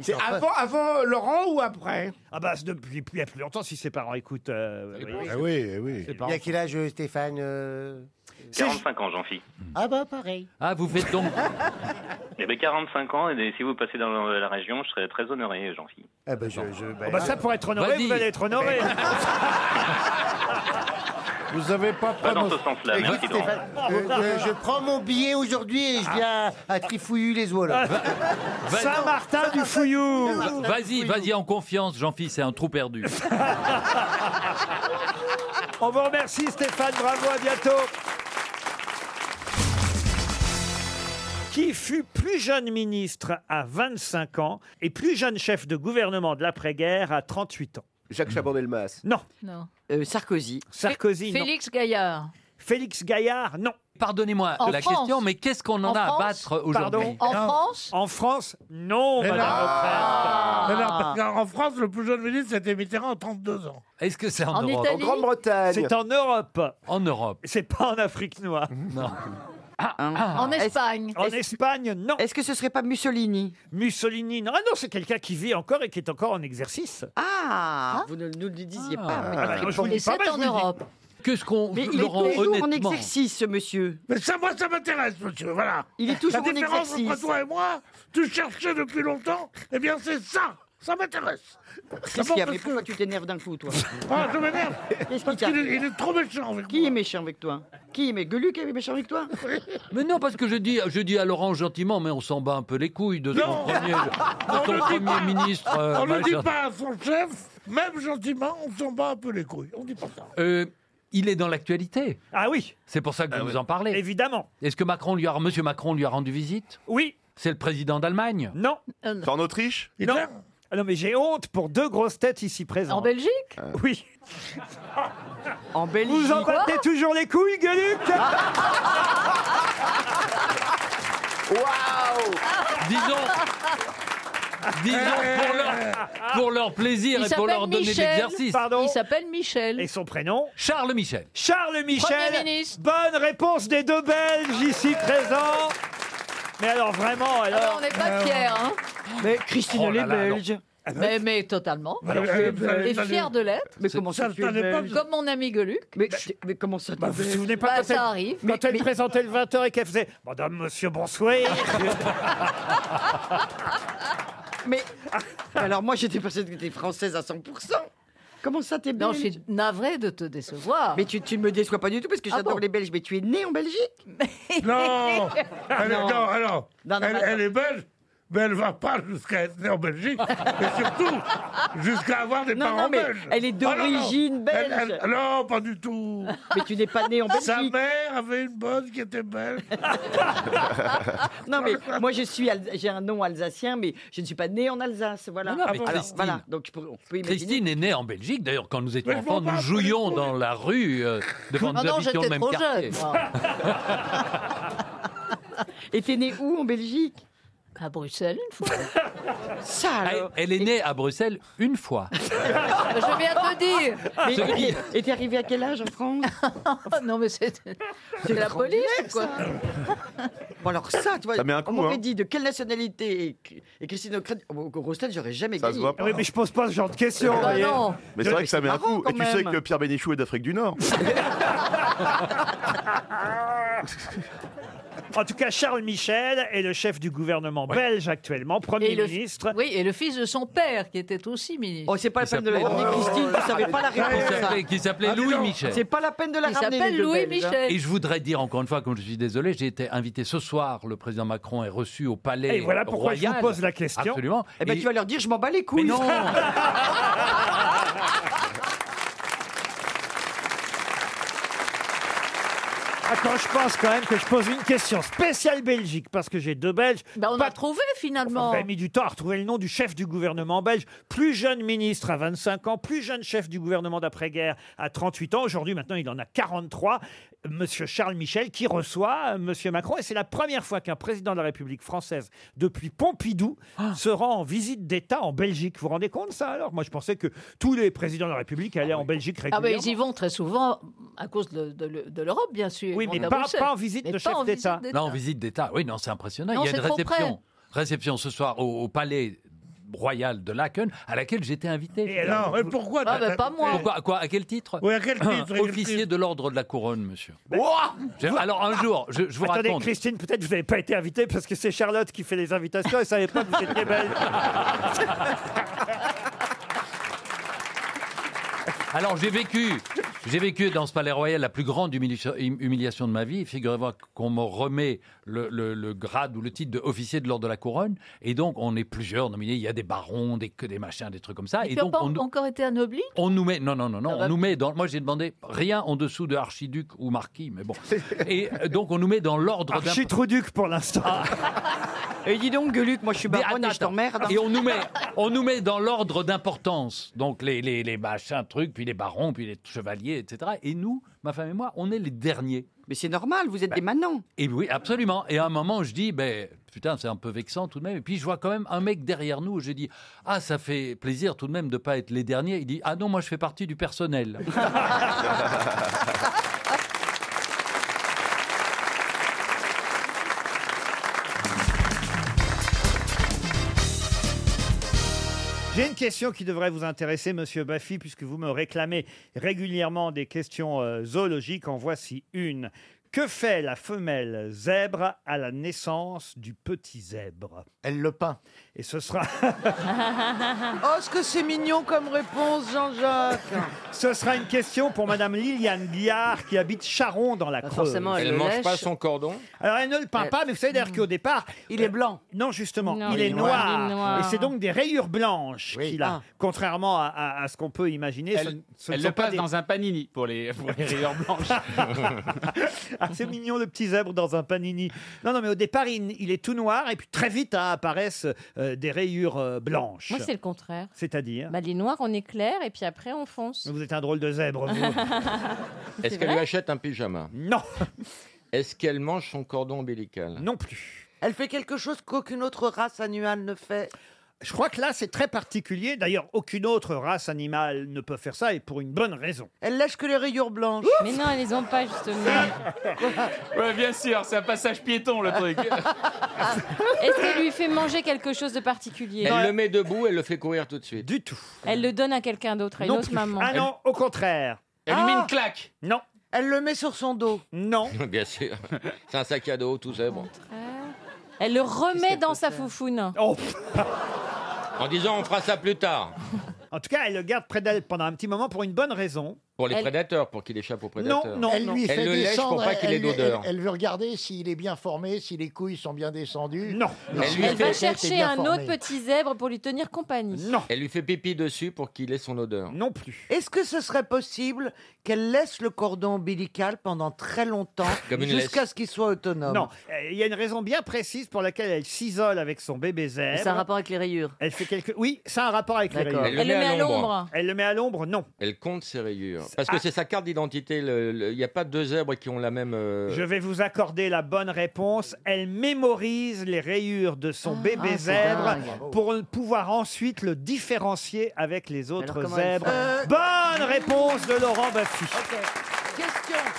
C'est avant, avant Laurent ou après Ah bah, c'est depuis depuis il y a plus longtemps, si ses parents écoutent. euh, vous voyez. Ah oui, oui. Ses Il parents y a quel âge, Stéphane euh 45 ans, Jean-Phi. Ah bah, pareil. Ah, vous faites donc. Eh ben 45 ans, et si vous passez dans la région, je serais très honoré, Jean-Phi. Ah bah, je... je bah, Oh bah ça, pour être honoré, Vas-y. vous allez être honoré. Vous avez pas Ah Pas dans ce sens-là, Écoute, merci Laurent. Stéphane, euh, euh, je prends mon billet aujourd'hui et je viens à, à Trifouillu les oies là. Saint-Martin du Fouillou Vas-y, vas-y, en confiance, Jean-Philippe, c'est un trou perdu. On vous remercie Stéphane, bravo, à bientôt. Qui fut plus jeune ministre à 25 ans et plus jeune chef de gouvernement de l'après-guerre à 38 ans Jacques Chaban-Delmas. Non. Non. Sarkozy. Sarkozy. non. Euh, Félix Gaillard. Félix Gaillard, non. Pardonnez-moi En la France. question, mais qu'est-ce qu'on en, En a France. à battre Pardon aujourd'hui Hein En France En France, non, Mais madame non. O'Krent. Mais non, parce qu'en France, le plus jeune ministre, c'était Mitterrand en 32 ans. Est-ce que c'est en, En Europe Italie En Grande-Bretagne. C'est en Europe. En Europe. C'est pas en Afrique noire. Non. En Espagne. Ah. En Espagne, non. Est-ce que ce serait pas Mussolini Mussolini, non. Ah non, c'est quelqu'un qui vit encore et qui est encore en exercice. Ah, vous ne nous le disiez pas. Ah bah, je vous le dis Et pas mal, c'est en je vous le dis. Europe. Qu'est-ce qu'on. Mais il est Laurent, toujours en honnêtement. exercice, ce monsieur. Mais ça, moi, ça m'intéresse, monsieur, voilà. Il est toujours La en différence exercice. entre toi et moi, tu cherchais depuis longtemps, eh bien, c'est ça ça m'intéresse. Qu'est-ce qu'il y a D'abord Mais parce pourquoi tu t'énerves d'un coup, toi que- Ah, je m'énerve. Qu'est-ce Parce qui qu'il t'arrive est, il est trop méchant avec Qui est méchant avec toi Qui est méchant Gueluc est méchant avec toi Mais non, parce que je dis, je dis à Laurent gentiment, mais on s'en bat un peu les couilles de Non. ton premier, de On ton le dit premier pas. ministre. euh, on ne machin. dit pas à son chef, même gentiment, on s'en bat un peu les couilles. On dit pas ça. Euh, il est dans l'actualité. Ah oui. C'est pour ça que vous nous en parlez. Évidemment. Est-ce que Macron lui a, Monsieur Macron lui a rendu visite Oui. C'est le président d'Allemagne Non. Euh, en Autriche Non. Ah non, mais j'ai honte pour deux grosses têtes ici présentes. En Belgique Oui. En Belgique. Vous Euh. en battez toujours les couilles, Gueluc Waouh Disons, disons pour, leur, pour leur plaisir Il et pour leur s'appelle donner de Michel. l'exercice. Il s'appelle Michel. Et son prénom Charles Michel. Charles Michel. Premier ministre. Bonne réponse des deux Belges ici présents. Mais alors vraiment, alors. Alors, Ah ben, on n'est pas fiers, hein Mais Christine, Oh elle là est là, Ah non. Ah belge. ben, mais, mais totalement. Alors, je vous savez- suis fier de l'être. Euh, Mais comment ça, tu es belge Comme mon ami Geluc. mais, tu- mais comment ça tu es Bah, vous vous belge souvenez pas Bah, quand ça elle, arrive. quand elle présentait le 20h et qu'elle faisait Madame, Monsieur, bonsoir. Mais alors moi j'étais persuadée que tu étais française à 100%. Comment ça t'es belge Non, je suis navrée de te décevoir. Mais tu, tu ne me déçois pas du tout parce que Ah j'adore bon les Belges. Mais tu es né en Belgique Non [LAUGHS] elle, est- Non. non, alors, Non, non, elle, non. elle est belge, mais elle va pas jusqu'à être née en Belgique, [LAUGHS] et surtout jusqu'à avoir des Non, parents non, mais belges. elle est Ah, non, non. d'origine Elle- belge. elle- non, pas du tout. Mais tu n'es pas né en Sa Belgique. mère avait une bonne qui était belge. [LAUGHS] Non mais moi je suis Al- j'ai un nom alsacien mais je ne suis pas né en Alsace voilà. Ah Mais non, mais Alors, Christine. voilà. Donc je peux- on peut imaginer. Christine est née en Belgique. D'ailleurs, quand nous étions Mais je m'en enfants, nous bats, jouions dans la rue euh, devant Non, nous non, habitions le j'étais même trop quartier. jeune. moi. Et t'es né où en Belgique À Bruxelles, une [LAUGHS] fois. Ça Ah, Elle, alors [LAUGHS] elle est née à Bruxelles une fois. Ah bah, Je viens de le dire. Mais- Ce qui- Et t'es arrivé à quel âge en France [LAUGHS] non, mais c'est c'est la police, quoi. Bon alors ça, tu vois, Ça met un coup, on m'aurait hein. dit de quelle nationalité et, et Christine O'Crane, Oh, au au Rostel, j'aurais jamais Ça se gagné. Ah bah voit pas. Ah Oui, mais je pose pas ce genre de questions, Ah bah vous voyez. non. Mais c'est vrai que ça met un marrant, coup. Et quand tu sais même. que Pierre Bénichou est d'Afrique du [LAUGHS] Nord. En tout cas, Charles Michel est le chef du gouvernement belge actuellement, Premier Et le- ministre. Oui, et le fils de son père, qui était aussi ministre. Oh, c'est pas la peine de la ramener, Christine, Oh tu savais pas la réponse. à ça. Qui Ah, Ah, s'appelait Louis Michel. [LAUGHS] C'est pas la peine de la Il ramener. s'appelle les deux Louis Belges, hein. Michel. Et je voudrais dire encore une fois, comme je suis désolé, j'ai été invité ce soir. Le président Macron est reçu au palais. Et voilà pourquoi je vous royal. pose la question. Absolument. Eh ben, Et- tu [LAUGHS] vas leur dire, je m'en bats les couilles. Mais [LAUGHS] non. Attends, je pense quand même que je pose une question spéciale Belgique, parce que j'ai deux Belges. Ben, on a trouvé, finalement. Vous avez mis du temps à retrouver le nom du chef du gouvernement belge. Plus jeune ministre à 25 ans, plus jeune chef du gouvernement d'après-guerre à 38 ans. Aujourd'hui, maintenant, il en a 43. Monsieur Charles Michel qui reçoit euh, Monsieur Macron. Et c'est la première fois qu'un président de la République française, depuis Pompidou, Ah. se rend en visite d'État en Belgique. Vous vous rendez compte, ça, alors Moi, je pensais que tous les présidents de la République allaient en Belgique Ah, régulièrement. mais ils y vont très souvent à cause de, de- de l'Europe, bien sûr. Oui, Ils mais vont à pas- Bruxelles. pas en visite Mais de pas chef en visite d'État. Là, en visite d'État. Oui, non, c'est impressionnant. Non, Il y a c'est une trop réception. Réception ce soir au, au palais royal de Laken, à laquelle j'étais invité. Et alors, et pourquoi Ah, t'as- ben, pas moi. Pourquoi, quoi, à quel titre Oui, à quel titre, Ben, à quel Officier de l'ordre de la couronne, monsieur. Ouah J'ai- Alors un jour, je, je vous Attendez, raconte. Christine, peut-être vous n'avez pas été invitée parce que c'est Charlotte qui fait les invitations et ne savait pas que vous Eh [LAUGHS] étiez ben. belle. Alors j'ai vécu, j'ai vécu dans ce palais royal la plus grande humiliation, hum- humiliation de ma vie. Figurez-vous qu'on me remet le, le- le grade ou le titre d'officier de l'ordre de la couronne, et donc on est plusieurs nominés. Il y a des barons, des que des machins, des trucs comme ça, Et et puis, on donc pas on, nous- encore été anobli on nous met, non non non non, Ça on va. nous met dans. Moi j'ai demandé rien en dessous de archiduc ou marquis, [LAUGHS] mais bon. Et euh, donc on nous met dans l'ordre d'un. Ah. Architroduc pour l'instant. Et dis donc, Gueluc, moi je suis Mais baronne et attends, je t'emmerde. attends. Et on [LAUGHS] nous met, on nous met dans l'ordre d'importance. Donc les, les, les machins, trucs, puis les barons, puis les chevaliers, etc. Et nous, ma femme et moi, on est les derniers. Ben, Mais c'est normal, vous êtes des manants. Et oui, absolument. Et à un moment, je dis, ben, putain, c'est un peu vexant tout de même. Et puis je vois quand même un mec derrière nous. Je dis, ah, ça fait plaisir tout de même de pas être les derniers. Il dit, ah non, moi je fais partie [LAUGHS] du personnel. J'ai une question qui devrait vous intéresser, monsieur Baffy, puisque vous me réclamez régulièrement des questions euh, zoologiques. En voici une. Que fait la femelle zèbre à la naissance du petit zèbre Elle le peint. Et ce sera, [LAUGHS] Oh, ce que c'est mignon comme réponse, Jean-Jacques. ce sera une question pour madame Liliane Guillard qui habite Charon dans la Creuse. Ah, forcément, elle Elle le mange lèche. pas son cordon Alors elle ne le peint pas, mais vous savez d'ailleurs qu'au départ, il est blanc. Non, justement, Non, il, est noir. Il est noir. Et c'est donc des rayures blanches qu'il a, contrairement à, à- à ce qu'on peut imaginer. ce- Elle, ce ne elle sont le pas passe des- dans un panini pour les, pour les rayures blanches. [LAUGHS] Ah, c'est mignon le petit zèbre dans un panini. Non, non, mais au départ, il, il est tout noir et puis très vite hein, apparaissent euh, des rayures euh, blanches. Moi, c'est le contraire. C'est-à-dire Bah, les noirs, on est clair et puis après, on fonce. Vous êtes un drôle de zèbre, vous. Est-ce C'est qu'elle vrai lui achète un pyjama Non. [LAUGHS] Est-ce qu'elle mange son cordon ombilical Non plus. Elle fait quelque chose qu'aucune autre race annuelle ne fait. Je crois que là, c'est très particulier. D'ailleurs, aucune autre race animale ne peut faire ça et pour une bonne raison. Elle lèche que les rayures blanches. Mais non, elles les ont pas, justement. Ouais, bien sûr, c'est un passage piéton le truc. Est-ce qu'elle lui fait manger quelque chose de particulier [LAUGHS] elle le met debout, elle le fait courir tout de suite. Du tout. Elle le donne à quelqu'un d'autre, à une Non autre plus. maman. Ah non, au contraire. Ah. Elle lui met Ah une claque. Non. Elle le met sur son dos. Non. [LAUGHS] Bien sûr. C'est un sac à dos, tout ça. Bon. Elle le remet dans sa foufoune. En disant, on fera ça plus tard. En tout cas, elle le garde près d'elle pendant un petit moment pour une bonne raison. Pour les Elle- prédateurs, pour qu'il échappe aux prédateurs. non, Elle lui fait le lèche descendre. pour pas qu'il elle, ait lui- d'odeur. elle- elle veut regarder s'il est bien formé, si les couilles sont bien descendues. Non. Elle lui Elle fait- va était chercher bien un formée. autre petit zèbre pour lui tenir compagnie. Non. Elle lui fait pipi dessus pour qu'il ait son odeur. Non plus. Est-ce que ce serait possible qu'elle laisse le cordon ombilical pendant très longtemps Comme une jusqu'à laisse. ce qu'il soit autonome Non, Euh, il y a une raison bien précise pour laquelle elle s'isole avec son bébé zèbre. C'est un rapport avec les rayures. Elle fait quelque... Oui, ça a un rapport avec les D'accord. rayures. Elle le Elle le met met à à l'ombre. l'ombre. Elle le met à l'ombre, non. Elle compte ses rayures. Parce que c'est sa carte d'identité. le- le- Il n'y a pas deux zèbres qui ont la même. euh, Je vais vous accorder la bonne réponse. Elle mémorise les rayures de son bébé ah, c'est zèbre dingue. pour pouvoir ensuite le différencier avec les autres comment elle zèbres. fait Bonne réponse de Laurent Baffy. Ah, Question.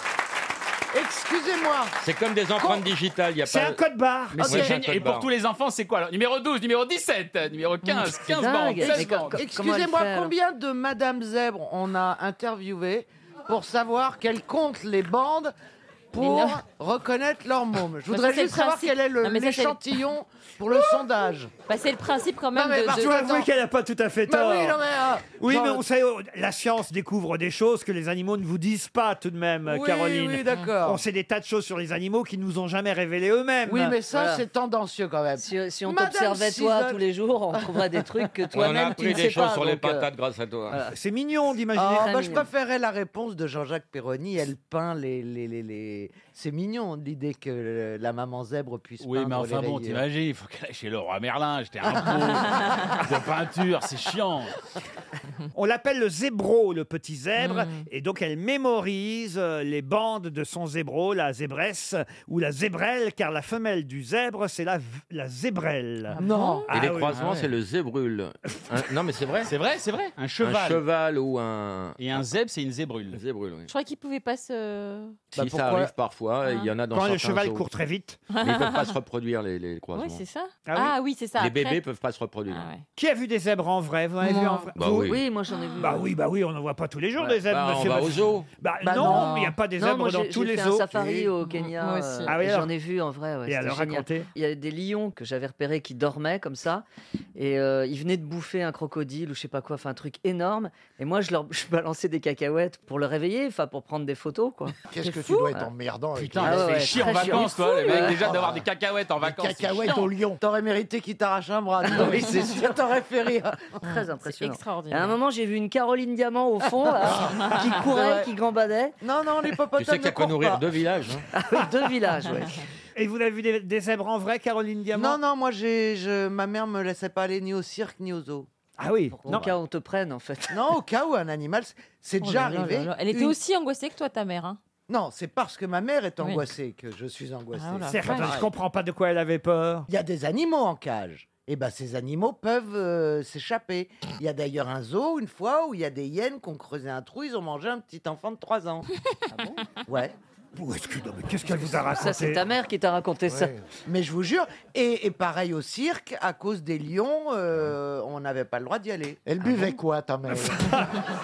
Excusez-moi. C'est comme des empreintes digitales. il y a C'est pas- un code barre. Mais Ah, c'est Ok. un génial. code Et pour barre. tous les enfants, c'est quoi alors Numéro 12, numéro 17, euh, numéro 15, 15 bandes, 16 bandes. Excusez-moi, combien de Madame Zèbre on a interviewé pour savoir qu'elle compte les bandes Mais pour non. reconnaître leur môme Je Bah, voudrais ça, c'est juste le savoir principe. quel est le- Non, mais ça, c'est le- l'échantillon pour le sondage. Bah, c'est le principe quand même de- Je de- dois attends. avouer qu'elle n'a pas tout à fait Bah tort. oui, non, mais, euh, Oui, genre- Ah mais on sait, oh, la science découvre des choses que les animaux ne vous disent pas tout de même, Oui, Caroline. oui, d'accord. On sait des tas de choses sur les animaux qui nous ont jamais révélées eux-mêmes. Oui, mais ça, [LAUGHS] c'est tendancieux quand même. Si, si on Madame t'observait toi Sisol- tous les jours, Oh, on trouverait [LAUGHS] des trucs que On a toi-même tu appris ne des sais choses pas. sur les donc, euh, patates grâce à toi. Ah, C'est mignon d'imaginer. Ah, Très bah, je mignon. préférais la réponse de Jean-Jacques Perroni. Elle peint les. les, les, les- C'est mignon l'idée que euh, la maman zèbre puisse Oui, peindre mais enfin les bon, rayures. t'imagines, il faut qu'elle aille chez le roi Merlin, j'étais un [LAUGHS] pot de peinture, c'est chiant. On l'appelle le zébro, le petit zèbre, Hmm. et donc elle mémorise euh, les bandes de son zébro, la zébresse ou la zébrelle, car la femelle du zèbre, c'est la, v- la zébrelle. Non. Et Ah les oui. croisements, c'est le zébrule. Un- non, mais c'est vrai. C'est vrai, c'est vrai. Un Un cheval. cheval ou un. Et un zèbre, c'est une zébrule. Zébrule, oui. Je crois qu'il pouvait pas se. Si ça arrive parfois, il y en a dans Quand le certains cheval zoos. court très vite. Mais ils ne peuvent pas se reproduire, les, les croisements. Oui, c'est ça. Ah Ah oui. oui, c'est ça. Les après. bébés ne peuvent pas se reproduire. Qui a vu des zèbres en vrai Vous en avez vu en vrai Bah Vous oui. Oui, moi, j'en ai vu. Bah oui, bah oui, on n'en voit pas tous les jours Ouais. des zèbres, Bah, on monsieur. va au Baffy. zoo. Bah, Bah non, mais il n'y a pas des Non, zèbres moi, dans j'ai- tous j'ai les fait zoos. un safari Et- Mmh. au Kenya. Moi aussi. euh, Ah oui, et alors J'en ai vu en vrai. ouais, Et c'était alors, génial. racontez. Il y a des lions que j'avais repérés qui dormaient comme ça. Et euh, ils venaient de bouffer un crocodile ou je sais pas quoi, enfin un truc énorme. Et moi, je leur je balançais des cacahuètes pour le réveiller, enfin pour prendre des photos. quoi. [LAUGHS] Ah Qu'est-ce que tu dois être emmerdant avec Putain, les- mais c'est Chier en vacances, quoi, les mecs, déjà d'avoir des cacahuètes en vacances. c'est Cacahuète chiant. au lion. T'aurais mérité qu'il t'arrache un bras. Ah, oui, c'est sûr. T'aurais fait [LAUGHS] rire. Très impressionnant. extraordinaire. À un moment, j'ai vu une Caroline Diamant au [LAUGHS] fond, là, qui courait, qui gambadait. Non, non, les Tu sais que ça peut nourrir deux villages. hein. [LAUGHS] Deux villages, ouais. Et vous avez vu des, des zèbres en vrai, Caroline Diamant Non, non, moi, j'ai, je, ma mère me laissait pas aller ni au cirque ni au zoo. Ah oui, Au non. cas où on te prenne, en fait. Non, au cas où un animal, c'est- c'est Oh déjà là là arrivé. là là. Elle était Une- aussi angoissée que toi, ta mère. hein. Non, c'est parce que ma mère est Oui. angoissée que je suis angoissée. Ah, oh la Certes, je ne comprends pas de quoi elle avait peur. Il y a des animaux en cage. Et ben, ces animaux peuvent euh, s'échapper. Il y a d'ailleurs un zoo, une fois, où il y a des hyènes qui ont creusé un trou, ils ont mangé un petit enfant de 3 [LAUGHS] ans. Ah Ouais. Où est-ce que- non, mais Qu'est-ce qu'elle [LAUGHS] vous a raconté Ça, c'est ta mère qui t'a raconté ça. Mais je vous jure, et, et pareil au cirque, à cause des lions, euh, on n'avait pas le droit d'y aller. Ah Elle buvait quoi, ta mère [LAUGHS]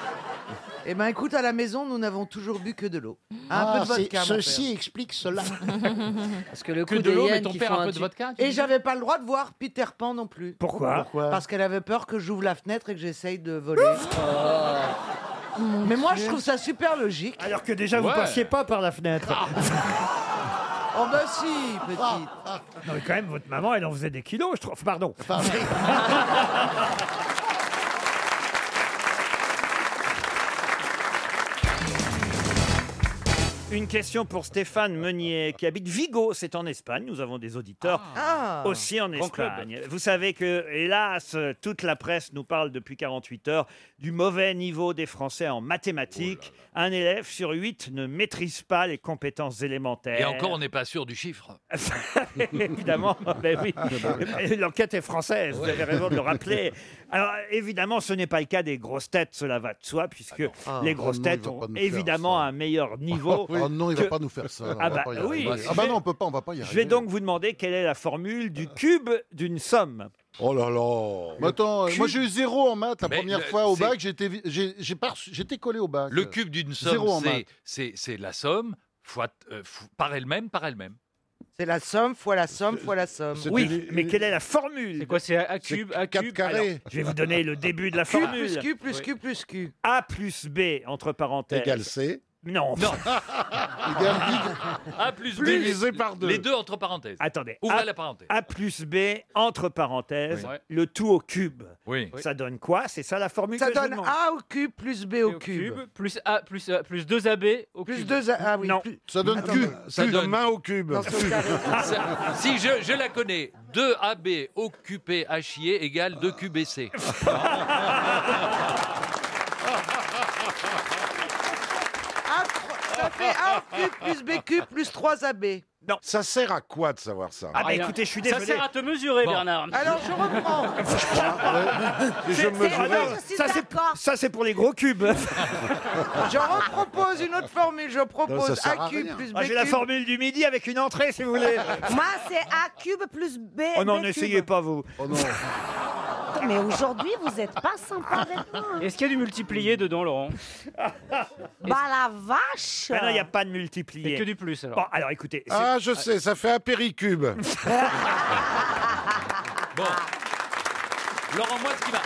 Eh ben écoute, à la maison, nous n'avons toujours bu que de l'eau. Un Ah, peu de c'est- vodka, mon Ceci père. explique cela. [LAUGHS] Parce que le Que coup de des l'eau, mais hyènes ton qui père font un peu un de tu- vodka, Et j'avais pas le droit de voir Peter Pan non plus. Pourquoi Parce qu'elle avait peur que j'ouvre la fenêtre et que j'essaye de voler. Oh. Mais moi, je trouve ça super logique. Alors que déjà, vous Ouais. passiez pas par la fenêtre. Oh bah si, petite. Non, mais quand même, votre maman, elle en faisait des kilos, je trouve. Pardon. [LAUGHS] Une question pour Stéphane Meunier, qui habite Vigo, c'est en Espagne. Nous avons des auditeurs Ah. aussi en Grand club. Espagne. Vous savez que, hélas, toute la presse nous parle depuis 48 heures du mauvais niveau des Français en Oh mathématiques. Un élève sur huit ne maîtrise pas les compétences élémentaires. Et encore, on n'est pas sûr [LAUGHS] du chiffre. [LAUGHS] évidemment, ben oui. Ah, l'enquête est française, vous Ouais. avez raison de le [LAUGHS] rappeler. Alors évidemment, ce n'est pas le cas des grosses têtes, cela va de soi, puisque Ah, les ah grosses non, il têtes va pas ont nous faire évidemment un meilleur niveau. Ah non, il que- va pas nous faire ça. on Ah va bah pas y oui. arriver. Ah bah non, on peut pas, on va pas y Je arriver. vais donc vous demander quelle est la formule du cube d'une somme. Oh là là Mais attends, euh, Cube. moi j'ai eu zéro en maths la Mais première le- fois au c'est- bac, j'étais vi- j'ai- j'ai pas reçu- j'étais collé au bac. Le cube d'une somme, Zéro en c'est- maths. c'est c'est la somme fois, euh, fou- par elle-même, par elle-même. C'est la somme fois la somme fois la somme. c'était Oui, les- mais quelle est la formule C'est quoi C'est A cube, A cube Alors, je vais vous donner le début de la [LAUGHS] Q formule. plus Q plus Q plus Q. A plus B, entre parenthèses. Égale C. Non. [LAUGHS] A plus, B. Plus- les- par deux. Les deux entre parenthèses. Attendez. Ah. Ouvrez A- la parenthèse. A plus B, entre parenthèses, Oui. Ouais. le tout au cube. Oui. Ça donne quoi C'est ça la formule Ça que je vous donne demande. A au cube plus B au cube. Plus A, plus, euh, plus 2AB au Plus cube. 2 A, ah oui. Non. plus- Ça donne Attends, cube. mais- Ça Cube. donne main au cube. Non, c'est au carré. [LAUGHS] Ça- si je, je la connais, 2AB occupé à chier égale [LAUGHS] 2QBC. Ça fait 1 cube plus BQ plus 3 AB. Non. Ça sert à quoi de savoir ça Ah, bah, Rien. écoutez, je suis désolé. Ça sert à te mesurer, Bon. Bernard. Alors je reprends. Je C'est- me c'est- jure. ah non, Je suis ça, c'est- Ça, c'est pour les gros cubes. [LAUGHS] Je repropose une autre formule. Je propose A cube plus B Ah, J'ai la formule du midi avec une entrée, si vous voulez. Moi, Ah, c'est A cube plus B. Oh non, B n'essayez cube. pas, vous. Oh non. Mais aujourd'hui, vous n'êtes pas sympa avec moi. [LAUGHS] Est-ce qu'il y a du multiplié dedans, Laurent Ah, [LAUGHS] Bah la vache non, il n'y a pas de multiplier. Et que du plus, alors. Bon, alors écoutez. c'est- Ah, je sais, ça fait un [LAUGHS] péricube. Laurent, moi, ce qui m'a.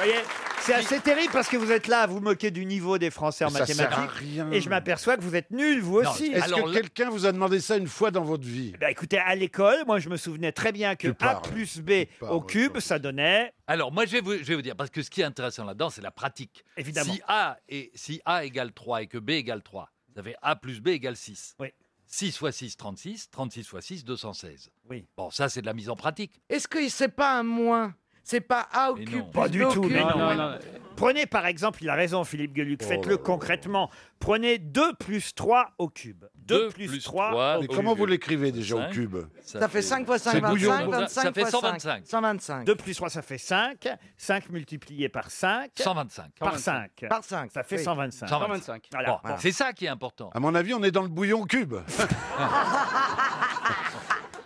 C'est assez terrible parce que vous êtes là à vous moquer du niveau des Français en Ça sert à mathématiques. rien. Et je m'aperçois que vous êtes nuls, vous Non, aussi. est-ce que quelqu'un vous a demandé ça une fois dans votre vie Bah, écoutez, à l'école, moi, je me souvenais très bien que A plus B au cube, ça donnait. Alors, moi, je vais, vous, je vais vous dire, parce que ce qui est intéressant là-dedans, c'est la pratique. Évidemment. Si A, est, si A égale 3 et que B égale 3, ça fait A plus B égale 6. 6 fois 6, 36. 36 fois 6, 216. Oui. Bon, ça, c'est de la mise en pratique. Est-ce que c'est pas un moins C'est pas A au Mais cube non. plus Pas du B au tout. cube mais non. Prenez par exemple, il a raison Philippe Oh. Gueluc, faites-le concrètement. Prenez 2 plus 3 au cube. 2 plus 3 Mais comment vous l'écrivez déjà au cube Ça fait 5 fois 5, 25, 25 fois 5. 125. 2 plus 3, ça fait 5. 5 multiplié par 5. 125. Par 5. Par 5. Ça fait 125. 125. Voilà. Bon, C'est ça qui est important. À mon avis, on est dans le bouillon cube.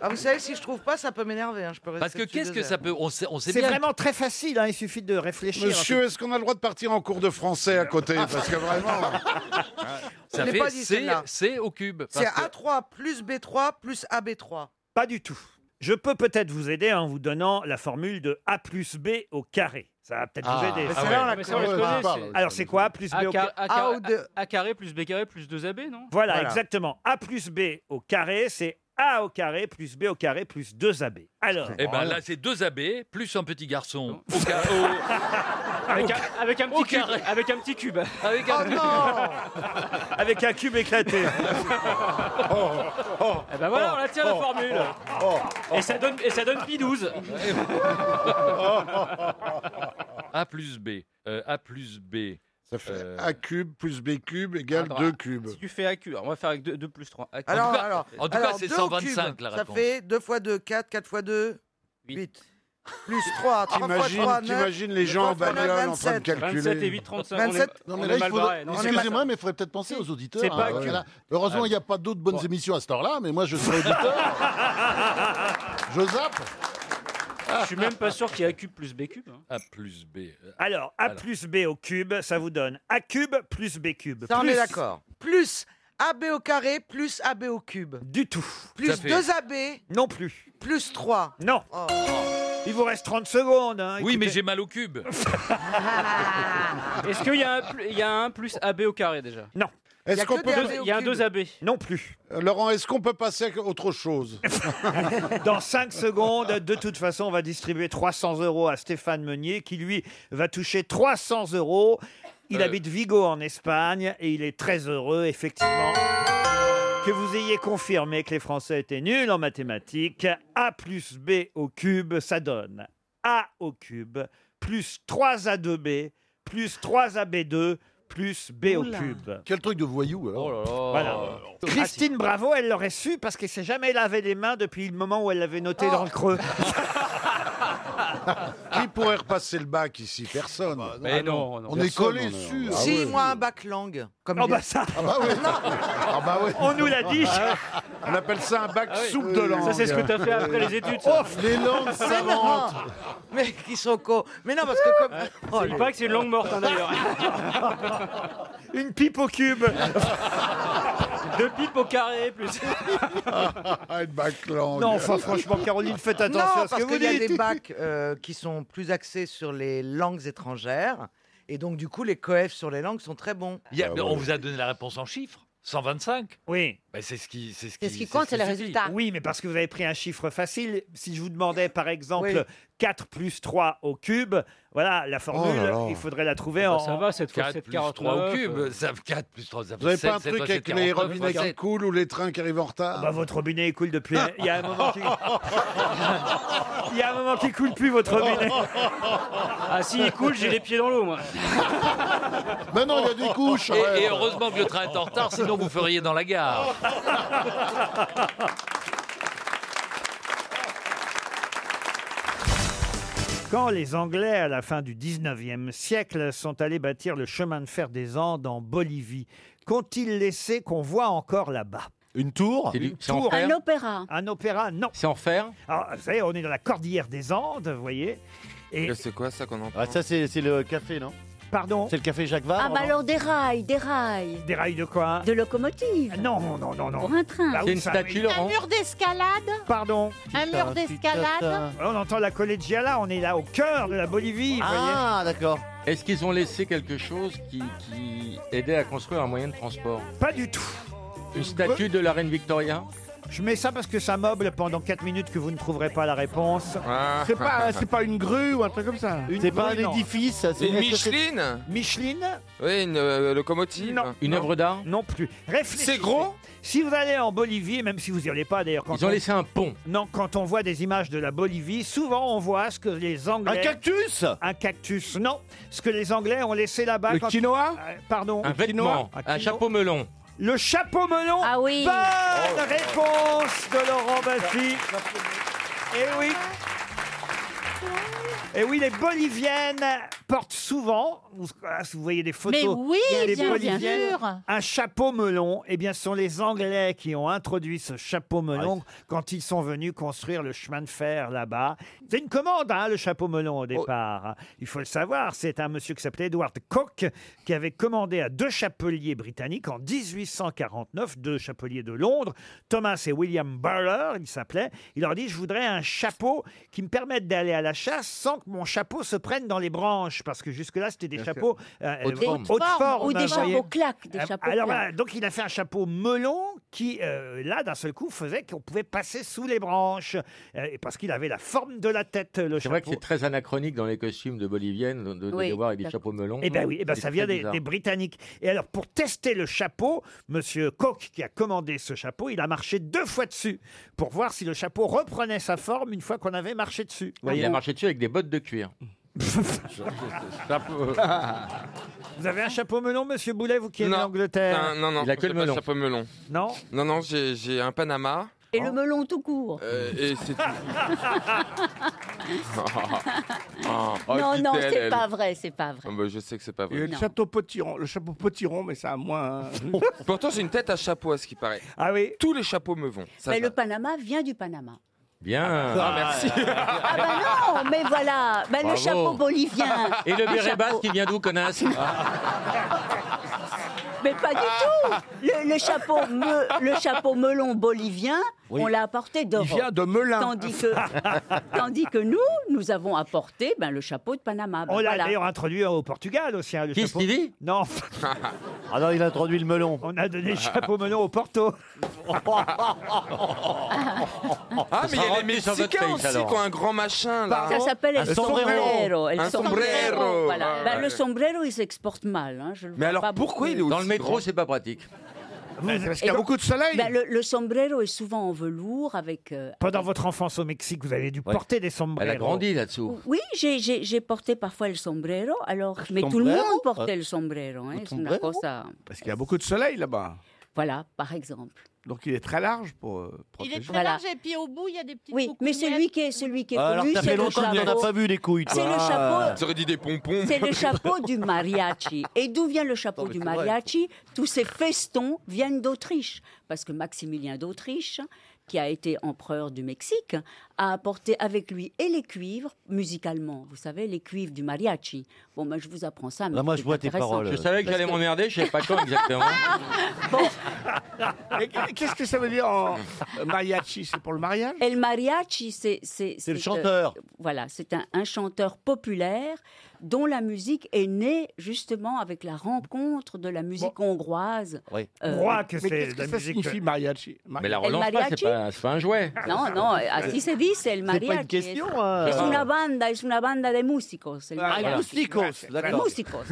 Ah, vous savez, si je trouve pas, ça peut m'énerver. hein, Je peux Parce que qu'est-ce que ça peut. On sait, on sait C'est bien. vraiment très facile, hein, il suffit de réfléchir. Monsieur, est-ce qu'on a le droit de partir en cours de Ah. français à côté Parce que vraiment. Ça Je l'ai fait pas dit, C, celle-là. C au cube. C'est parce que- A3 plus B3 plus AB3. Pas du tout. Je peux peut-être vous aider en vous donnant la formule de A plus B au carré. Ça va peut-être vous Ah. aider. Mais celle-là, on la Mais ça, on la connaît. connaît, c'est- Alors, c'est quoi A plus B A, au carré car- A, car- A carré plus B carré plus 2AB, non Voilà, exactement. A plus B au carré, c'est A au carré plus B au carré plus 2AB. Alors. Eh ben là, c'est deux abbés, plus un petit garçon. Au [LAUGHS] ca- au- Avec un, au ca- avec un au petit cube. carré. [LAUGHS] Avec un petit cube. Oh Avec un- Avec un [LAUGHS] cube éclaté. Oh, Eh ben voilà, on la tient la formule. Et ça donne, et ça donne pi [LAUGHS] 12. A plus B. euh, A plus B. Ça fait Ah, euh, A cube plus B cube égale Attends, 2 ah, cubes. Si tu fais AQ, alors on va faire avec 2, plus 3. Alors, alors, alors, deux au cube, la Ça réponse. fait 2 fois 2, 4, 4 fois 2, 8. Plus 3, 3 fois T'imagines- 3, 9. t'imagines les gens en bagnole en train de calculer. 27 et 8, 35, on est- 27. on Non, est mais là, il mal faut- barré, non, on est mal- Excusez-moi, mais il faudrait peut-être penser aux auditeurs. hein. C'est pas que- voilà. Heureusement, il n'y a pas d'autres bonnes émissions à cette heure-là, mais moi, je serai [LAUGHS] auditeur. je zappe. Je suis même pas sûr qu'il y ait AQ plus B cube. hein. A plus B. euh, Alors, A plus B au cube, ça vous donne A cube plus B cube. Ça, on plus- est d'accord. Plus AB au carré plus AB au cube. Du tout. Plus Ça fait- 2 AB Non plus. plus Oh. 3. Non. Il vous reste 30 secondes. hein, Oui, mais écoutez. j'ai mal au cube. Est-ce qu'il y, a un pl- il y a un plus AB au carré déjà Non. Il y a Est-ce qu'on que peut. des AB au Il y a un cube. 2AB. Non plus. Euh, Laurent, est-ce qu'on peut passer à autre chose [LAUGHS] Dans 5 secondes, de toute façon, on va distribuer 300 euros à Stéphane Meunier qui, lui, va toucher 300 euros. Euh. Il habite Vigo en Espagne et il est très heureux, effectivement. Que vous ayez confirmé que les Français étaient nuls en mathématiques, A plus B au cube, ça donne A au cube plus 3A2B plus 3AB2 plus B au Oula. cube. Quel truc de voyou, alors. Voilà. Christine Bravo, elle l'aurait su parce qu'elle s'est jamais lavé les mains depuis le moment où elle l'avait noté dans [LAUGHS] le creux. Qui pourrait repasser Ah, le bac ici Personne. Bah, Mais Ah non, non, non. On est Personne, collé on est- sur. si, moi, un bac langue. Comme Oh, il bah est. ça Ah bah oui. Ah bah oui. Ah. On nous l'a dit. On appelle ça un bac soupe Euh, de langue. Ça, c'est ce que t'as fait après les études, ça. Oh, les langues Mais non, savantes. mais qui sont cons. Mais non, parce que comme. Oh, Il paraît que c'est une langue morte hein, d'ailleurs. [LAUGHS] Une pipe au cube. [LAUGHS] Deux pipes au carré plus. [LAUGHS] Une bac langue. Non, enfin, franchement, Caroline, faites attention non, à ce que parce vous qu'il y a dites. des bacs euh, qui sont plus axés sur les langues étrangères. Et donc, du coup, les coefs sur les langues sont très bons. Il y a- on vous a donné la réponse en chiffres 125. Oui. Bah, c'est ce qui, c'est ce Et qui, c'est ce qui suffit. Oui, mais parce que vous avez pris un chiffre facile. Si je vous demandais, par exemple, Oui. 4 plus 3 au cube, voilà, la formule, Oh là là. il faudrait la trouver Ah bah, en... ça va, cette fois, 4 7 plus 49, 3 au cube, euh. ça- 4 plus 3, ça fait Vous Vous avez pas 7, un 7, [LAUGHS] truc 7, avec 49, les robinets qui 7. coulent ou les trains qui arrivent en retard Ah, bah, Votre robinet il coule depuis... Il y a un moment qui... [LAUGHS] il y a un moment qui coule plus, [LAUGHS] votre robinet. Ah, s'il coule, j'ai les pieds dans l'eau, moi. Maintenant, il y a des couches. Et, hein. et heureusement que le train est en retard, sinon vous feriez dans la gare. Quand les Anglais, à la fin du 19e siècle, sont allés bâtir le chemin de fer des Andes en Bolivie, qu'ont-ils laissé qu'on voit encore là-bas Une tour Une C'est en fer Un opéra. Un opéra, non. C'est en fer Alors, vous savez, on est dans la cordillère des Andes, vous voyez. Et C'est quoi ça qu'on entend Ah, Ça, c'est c'est le café, non Pardon C'est le café Jacques Vabre Ah bah alors des rails, des rails. Des rails de quoi hein De locomotive. Non, non, non, non. Pour un train. Bah oui, C'est une ça, oui. statue, Laurent. Un mur d'escalade Pardon Un Ah, mur d'escalade On entend la collegiala, on est là au cœur de la hein. Bolivie, vous Ah, d'accord. Est-ce qu'ils ont laissé quelque chose qui, qui aidait à construire un moyen de transport Pas du tout. Une statue de la reine Victoria Je mets ça parce que ça meuble pendant 4 minutes que vous ne trouverez pas la réponse. C'est pas, c'est pas une grue ou un truc comme ça. Une C'est pas grue, un non. édifice, ça, c'est Une une Micheline Micheline Oui, une euh, locomotive. Une œuvre d'art Non plus. Réfléchissez. C'est gros Si vous allez en Bolivie, même si vous n'y allez pas d'ailleurs... quand Ils ont laissé un pont. Non, quand on voit des images de la Bolivie, souvent on voit ce que les Anglais... Un cactus Un cactus, non. Ce que les Anglais ont laissé là-bas... Le quand- quinoa Euh, Pardon Un vêtement, un, chapeau melon. Le chapeau melon Ah oui Bonne réponse de Laurent Bassi Eh oui et oui, les Boliviennes portent souvent, vous, ah, si vous voyez des photos, Mais oui, il y a des bien Boliviennes, sûr. un chapeau melon. Eh bien, ce sont les Anglais qui ont introduit ce chapeau melon quand ils sont venus construire le chemin de fer là-bas. C'est une commande, hein, le chapeau melon au départ. Il faut le savoir, c'est un monsieur qui s'appelait Edward Cook qui avait commandé à deux chapeliers britanniques en 1849, deux chapeliers de Londres, Thomas et William Barler, il s'appelait. Il leur dit, je voudrais un chapeau qui me permette d'aller à la chasse sans que mon chapeau se prenne dans les branches, parce que jusque-là, c'était des chapeaux euh, Haute haute forme. forme, hein, Ou des vous voyez. chapeaux claques, des Euh, chapeaux Alors claques. voilà, donc il a fait un chapeau melon qui, euh, là, d'un seul coup, faisait qu'on pouvait passer sous les branches, euh, et parce qu'il avait la forme de la tête, le C'est vrai que chapeau. c'est très anachronique dans les costumes de Boliviennes de, de, Oui, de voir avec des d'accord. chapeaux melons. Eh ben oui, eh ben C'est ça vient très des, bizarre. des Britanniques. Et alors, pour tester le chapeau, Monsieur Koch, qui a commandé ce chapeau, il a marché deux fois dessus pour voir si le chapeau reprenait sa forme une fois qu'on avait marché dessus. Il a marché dessus avec des bottes de [LAUGHS] cuir. Ah, Vous avez un chapeau melon, Monsieur Boulet, vous qui aimez l'Angleterre Non, non, non. Il a que j'ai le pas melon. chapeau melon. Non Non, non, j'ai j'ai un Panama. Et le melon tout court. Oh. euh, et c'est [LAUGHS] tout. Oh, oh, non, qui non, t'es, c'est elle. pas vrai, c'est pas vrai. Ah, bah, je sais que c'est pas Il y a vrai. le Non. chapeau potiron, le chapeau potiron, mais ça a [LAUGHS] moins. euh, Pourtant, j'ai une tête à chapeau, à ce qui paraît. Ah oui. Tous les chapeaux me vont. Ça mais va. le Panama vient du Panama. Bien. Ah, merci. Ah bah non, mais voilà, bah le Bravo. chapeau bolivien. Et le béret chapeau- basque, il vient d'où, connasse Mais pas du Ah. tout. Le, le chapeau, me- le chapeau melon bolivien, Oui. on l'a apporté d'Europe. vient de Melun. Tandis que, tandis que nous, nous avons apporté ben, le chapeau de Panama. Ben, On l'a voilà. d'ailleurs introduit au Portugal aussi. Hein, le Qui, chapeau. Stevie [LAUGHS] Non. Ah non, il a introduit le melon. On a donné le chapeau melon au Porto. Ah, Ça mais il y sera a les revenu sur votre Mexicains page, aussi alors. qui ont un grand machin là. hein. Oh, Ça s'appelle el sombrero. El Un sombrero. voilà. Ah, Ben, ouais. Le sombrero, il s'exporte mal. hein, je le vois pas beaucoup. Dans le métro, c'est pas pratique. Parce Et donc, ben, le, le sombrero est souvent en velours avec. euh, Pendant votre enfance au Mexique, vous avez dû porter des sombreros. Elle a grandi là-dessous. Oui, j'ai- j'ai j'ai porté parfois le sombrero, alors, mais tout le sombrero monde portait Ah. le sombrero. Hein, Le c'est una sombrero cosa- Parce qu'il y a beaucoup de soleil là-bas. Voilà, par exemple. Donc il est très large pour euh, Il est très protéger. large et puis au bout, il y a des petites Oui, mais celui qui est celui qui est connu, ça c'est fait le longtemps qu'on chapeau. n'a pas vu les couilles, toi. C'est le chapeau. Vous auriez dit des pompons. [LAUGHS] C'est le chapeau du mariachi. Et d'où vient le chapeau Attends, mais c'est du vrai. mariachi Tous ces festons viennent d'Autriche. Parce que Maximilien d'Autriche, qui a été empereur du Mexique, a apporté avec lui et les cuivres musicalement. Vous savez, les cuivres du mariachi. Bon, ben, je vous apprends ça. mais Là, moi, c'est je vois tes intéressant. paroles. Je savais que Parce j'allais m'emmerder, je ne sais pas quand exactement. [LAUGHS] Mais Qu'est-ce que ça veut dire en mariachi C'est pour le mariage Et le mariachi, c'est... C'est le euh, chanteur. voilà, c'est un, un chanteur populaire dont la musique est née justement avec la rencontre de la musique hongroise. Oui. Hongrois que c'est, la musique- mariachi Mais la El relance, pas, c'est mariachi pas, c'est pas un jouet. [LAUGHS] Non, non, euh, así se dice el mariachi. question, hein. Es, ah. es una banda, es una banda de músicos. El Ah, mariachi. músicos, d'accord. [LAUGHS] Músicos.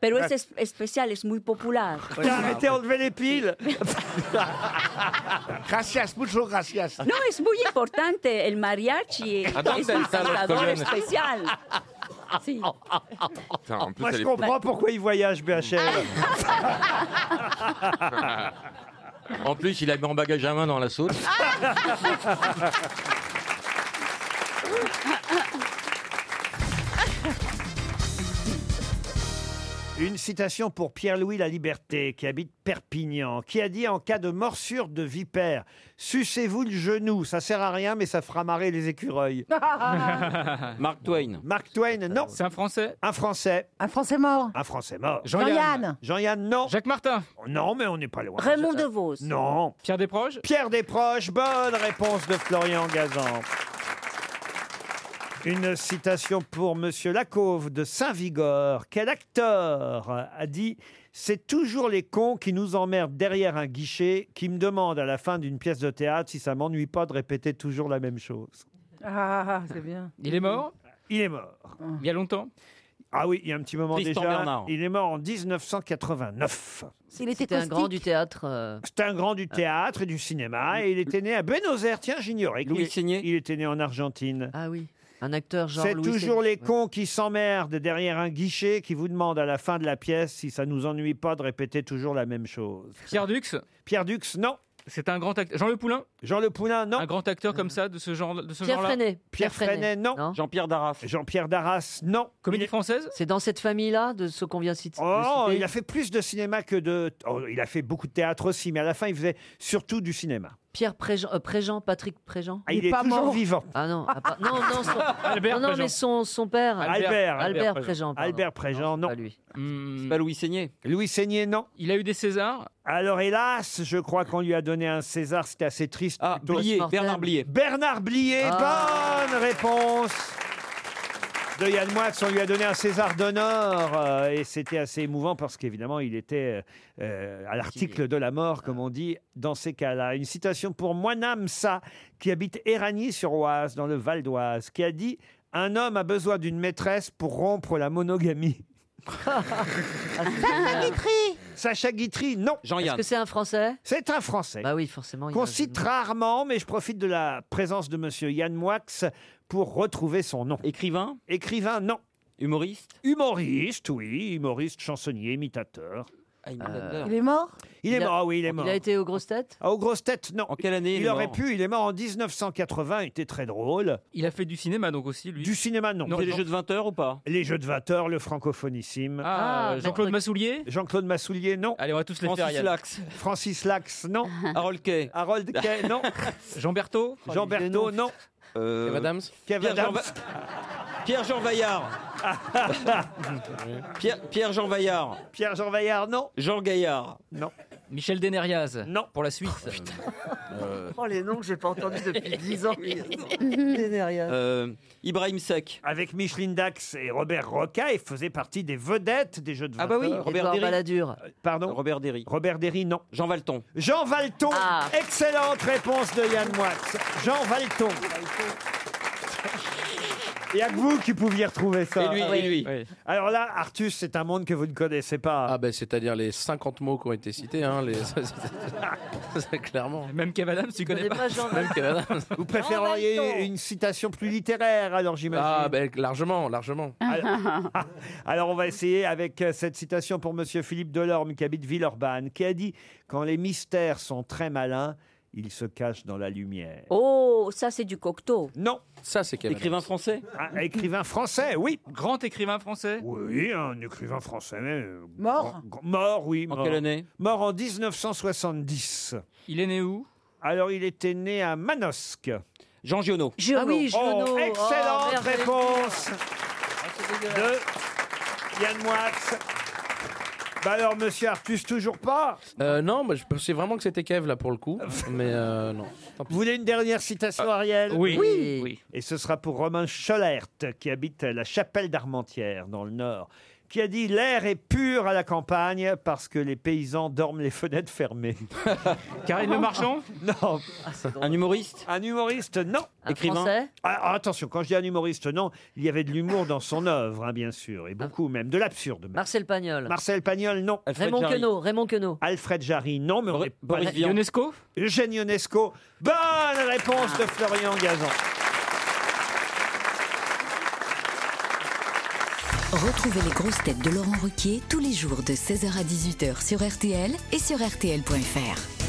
Pero es, es- especial, es muy popular. Arrêtez, enlevez les piles [LAUGHS] Gracias, mucho gracias. No, es muy importante el mariachi. Es, ¿A dónde es un están los salvador colones? especial. Sí. Moi, je comprends pourquoi il voyage, BHL. [LAUGHS] En plus, il a mis en bagage à main dans la sauce. [LAUGHS] Une citation pour Pierre-Louis La Liberté, qui habite Perpignan, qui a dit en cas de morsure de vipère, sucez-vous le genou, ça sert à rien, mais ça fera marrer les écureuils. [LAUGHS] Mark Twain. Mark Twain, non. C'est un Français Un Français. Un Français mort. Un Français mort. Jean-Yann. Jean-Yann. Jean-Yann, non. Jacques Martin. Non, mais on n'est pas loin. Raymond DeVos. Non. Pierre Desproges Pierre Desproges, bonne réponse de Florian Gazan. Une citation pour Monsieur Lacauve de Saint-Vigor. Quel acteur a dit C'est toujours les cons qui nous emmerdent derrière un guichet qui me demandent à la fin d'une pièce de théâtre si ça m'ennuie pas de répéter toujours la même chose. Ah, c'est bien. Il est mort Il est mort. Il y a longtemps Ah oui, il y a un petit moment Tristan déjà. Bernard. Il est mort en 1989. Il était C'était un grand du théâtre. euh, C'était un grand du théâtre et du Ah. cinéma et il était né à Buenos Aires. Tiens, j'ignorais. qu'il- Louis Il était né en Argentine. Ah oui, un acteur genre C'est Louis toujours Seigné. les cons qui s'emmerdent derrière un guichet qui vous demande à la fin de la pièce si ça nous ennuie pas de répéter toujours la même chose. Pierre Dux Pierre Dux, non. C'est un grand acteur. Jean Le Poulain Jean Le Poulain, non. Un grand acteur comme ça, de ce genre de ce genre-là Pierre Freinet, non. Jean-Pierre Darras. Jean-Pierre Darras, non. Comédie française C'est dans cette famille-là, de ceux qu'on vient citer Oh, de citer il a fait plus de cinéma que de. oh, il a fait beaucoup de théâtre aussi, mais à la fin, il faisait surtout du cinéma. Pierre Préjean, euh, Préjean, Patrick Préjean. Ah, il Il est est pas toujours mort. vivant. Ah non, ah, pas- non, non, son, Albert non, non, Préjean. mais son, son père. Albert, Albert Préjean. pardon. Albert Préjean, non. Hmm. C'est pas Louis Seigné. Louis Seigné, non. Il a eu des Césars Alors hélas, je crois qu'on lui a donné un César, c'était assez triste. Ah, Blier, Bernard Blier. Bernard Blier, Ah. bonne réponse de Yann Moix, on lui a donné un César d'honneur euh, et c'était assez émouvant parce qu'évidemment il était euh, à l'article de la mort, comme on dit dans ces cas-là. Une citation pour Moinam Sa, qui habite Éragny-sur-Oise, dans le Val d'Oise, qui a dit « Un homme a besoin d'une maîtresse pour rompre la monogamie ». [LAUGHS] Ah, Sacha Guitry. Sacha Guitry, non. Est-ce que c'est un Français C'est un Français. Bah oui, forcément. il y a Qu'on un jeu cite de mots. rarement, mais je profite de la présence de monsieur Yann Moix pour retrouver son nom. Écrivain Écrivain, non. Humoriste Humoriste, oui. Humoriste, chansonnier, imitateur. Ah, Euh, imitateur. Il est mort Il est a- mort, oui, il est mort. euh, Il a été aux grosses têtes Ah, aux grosses têtes, non. En quelle année il Il est aurait mort pu, il est mort en 1980, il était très drôle. Il a fait du cinéma donc aussi, lui. Du cinéma, non. Non, les jeux de 20 heures ou pas Les jeux de 20 heures, le francophonissime. Ah, Ah, Jean-Claude d'accord. Massoulier Jean-Claude Massoulier, non. Allez, on va tous les Francis faire. Yann. Lax. Francis Lax, non. Harold Kay. Harold Kay, non. [LAUGHS] Oh, Jean Berthaud Jean Berthaud, non. Kev Adams Euh, Kev Adams. [LAUGHS] Pierre-Jean Vaillard Pierre- Pierre-Jean Vaillard Pierre-Jean Vaillard, non. Jean Gaillard Non. Michel Deneriaz Non. Pour la suite Euh, Oh, les noms que j'ai pas entendus [LAUGHS] depuis 10 ans. [LAUGHS] Ibrahim Sek Avec Micheline Dax et Robert Roca, il faisait partie des vedettes des jeux de 20 Ah bah oui, heures. Robert Édouard Derry. Balladur. Euh, Pardon Robert Derry Robert Derry, non. Jean Valton Jean Valton. Ah. Excellente réponse de Yann Moix. Jean Valton. Il n'y a que vous qui pouviez retrouver ça. Et lui, et lui. Oui. Alors là, Artus, c'est un monde que vous ne connaissez pas. Ah ben c'est-à-dire les 50 mots qui ont été cités, hein, les... [LAUGHS] ça, c'est- ça, clairement. Même Kev Adams, tu connais, pas, Même Kev Adams. Vous préféreriez une citation plus littéraire, alors j'imagine. Ah ben largement, largement. [LAUGHS] Alors, alors, on va essayer avec euh, cette citation pour Monsieur Philippe Delorme qui habite Villeurbanne, qui a dit quand les mystères sont très malins, ils se cachent dans la lumière. Oh, ça c'est du cocteau. Non. Ça c'est Écrivain français Ah, écrivain français, oui. Grand écrivain français Oui, un écrivain français. euh, Mort grand- Mort, oui. En mort. quelle année Mort en 1970. Il est né où Alors, il était né à Manosque. Jean Giono. Giono. Ah oui, Giono. Oh, Oh, excellente merveilleux. réponse Ah, de Yann Moix. Bah alors, monsieur Artus, toujours pas euh, Non, bah, je pensais vraiment que c'était Kev, là, pour [LAUGHS] le coup. mais euh, non. Vous voulez une dernière citation, Ah, Ariel oui. Oui. Oui. Et ce sera pour Romain Scholert, qui habite la chapelle d'Armentières, dans le Nord, qui a dit L'air est pur à la campagne parce que les paysans dorment les fenêtres fermées. [LAUGHS] Karine Le Marchand Non. un humoriste Un humoriste, non. Un Écrivain Français Ah, ah, Attention, quand je dis un humoriste, non, il y avait de l'humour dans son œuvre, hein, bien sûr, et beaucoup même, de l'absurde. même. Marcel Pagnol. Marcel Pagnol, non. Raymond Queneau, Raymond Queneau. Alfred Jarry, non, mais on n'est pas Boris là. Vian. Ionesco Eugène Ionesco. Bonne réponse de Florian Gazan. Retrouvez les grosses têtes de Laurent Ruquier tous les jours de 16h à 18h sur RTL et sur RTL.fr.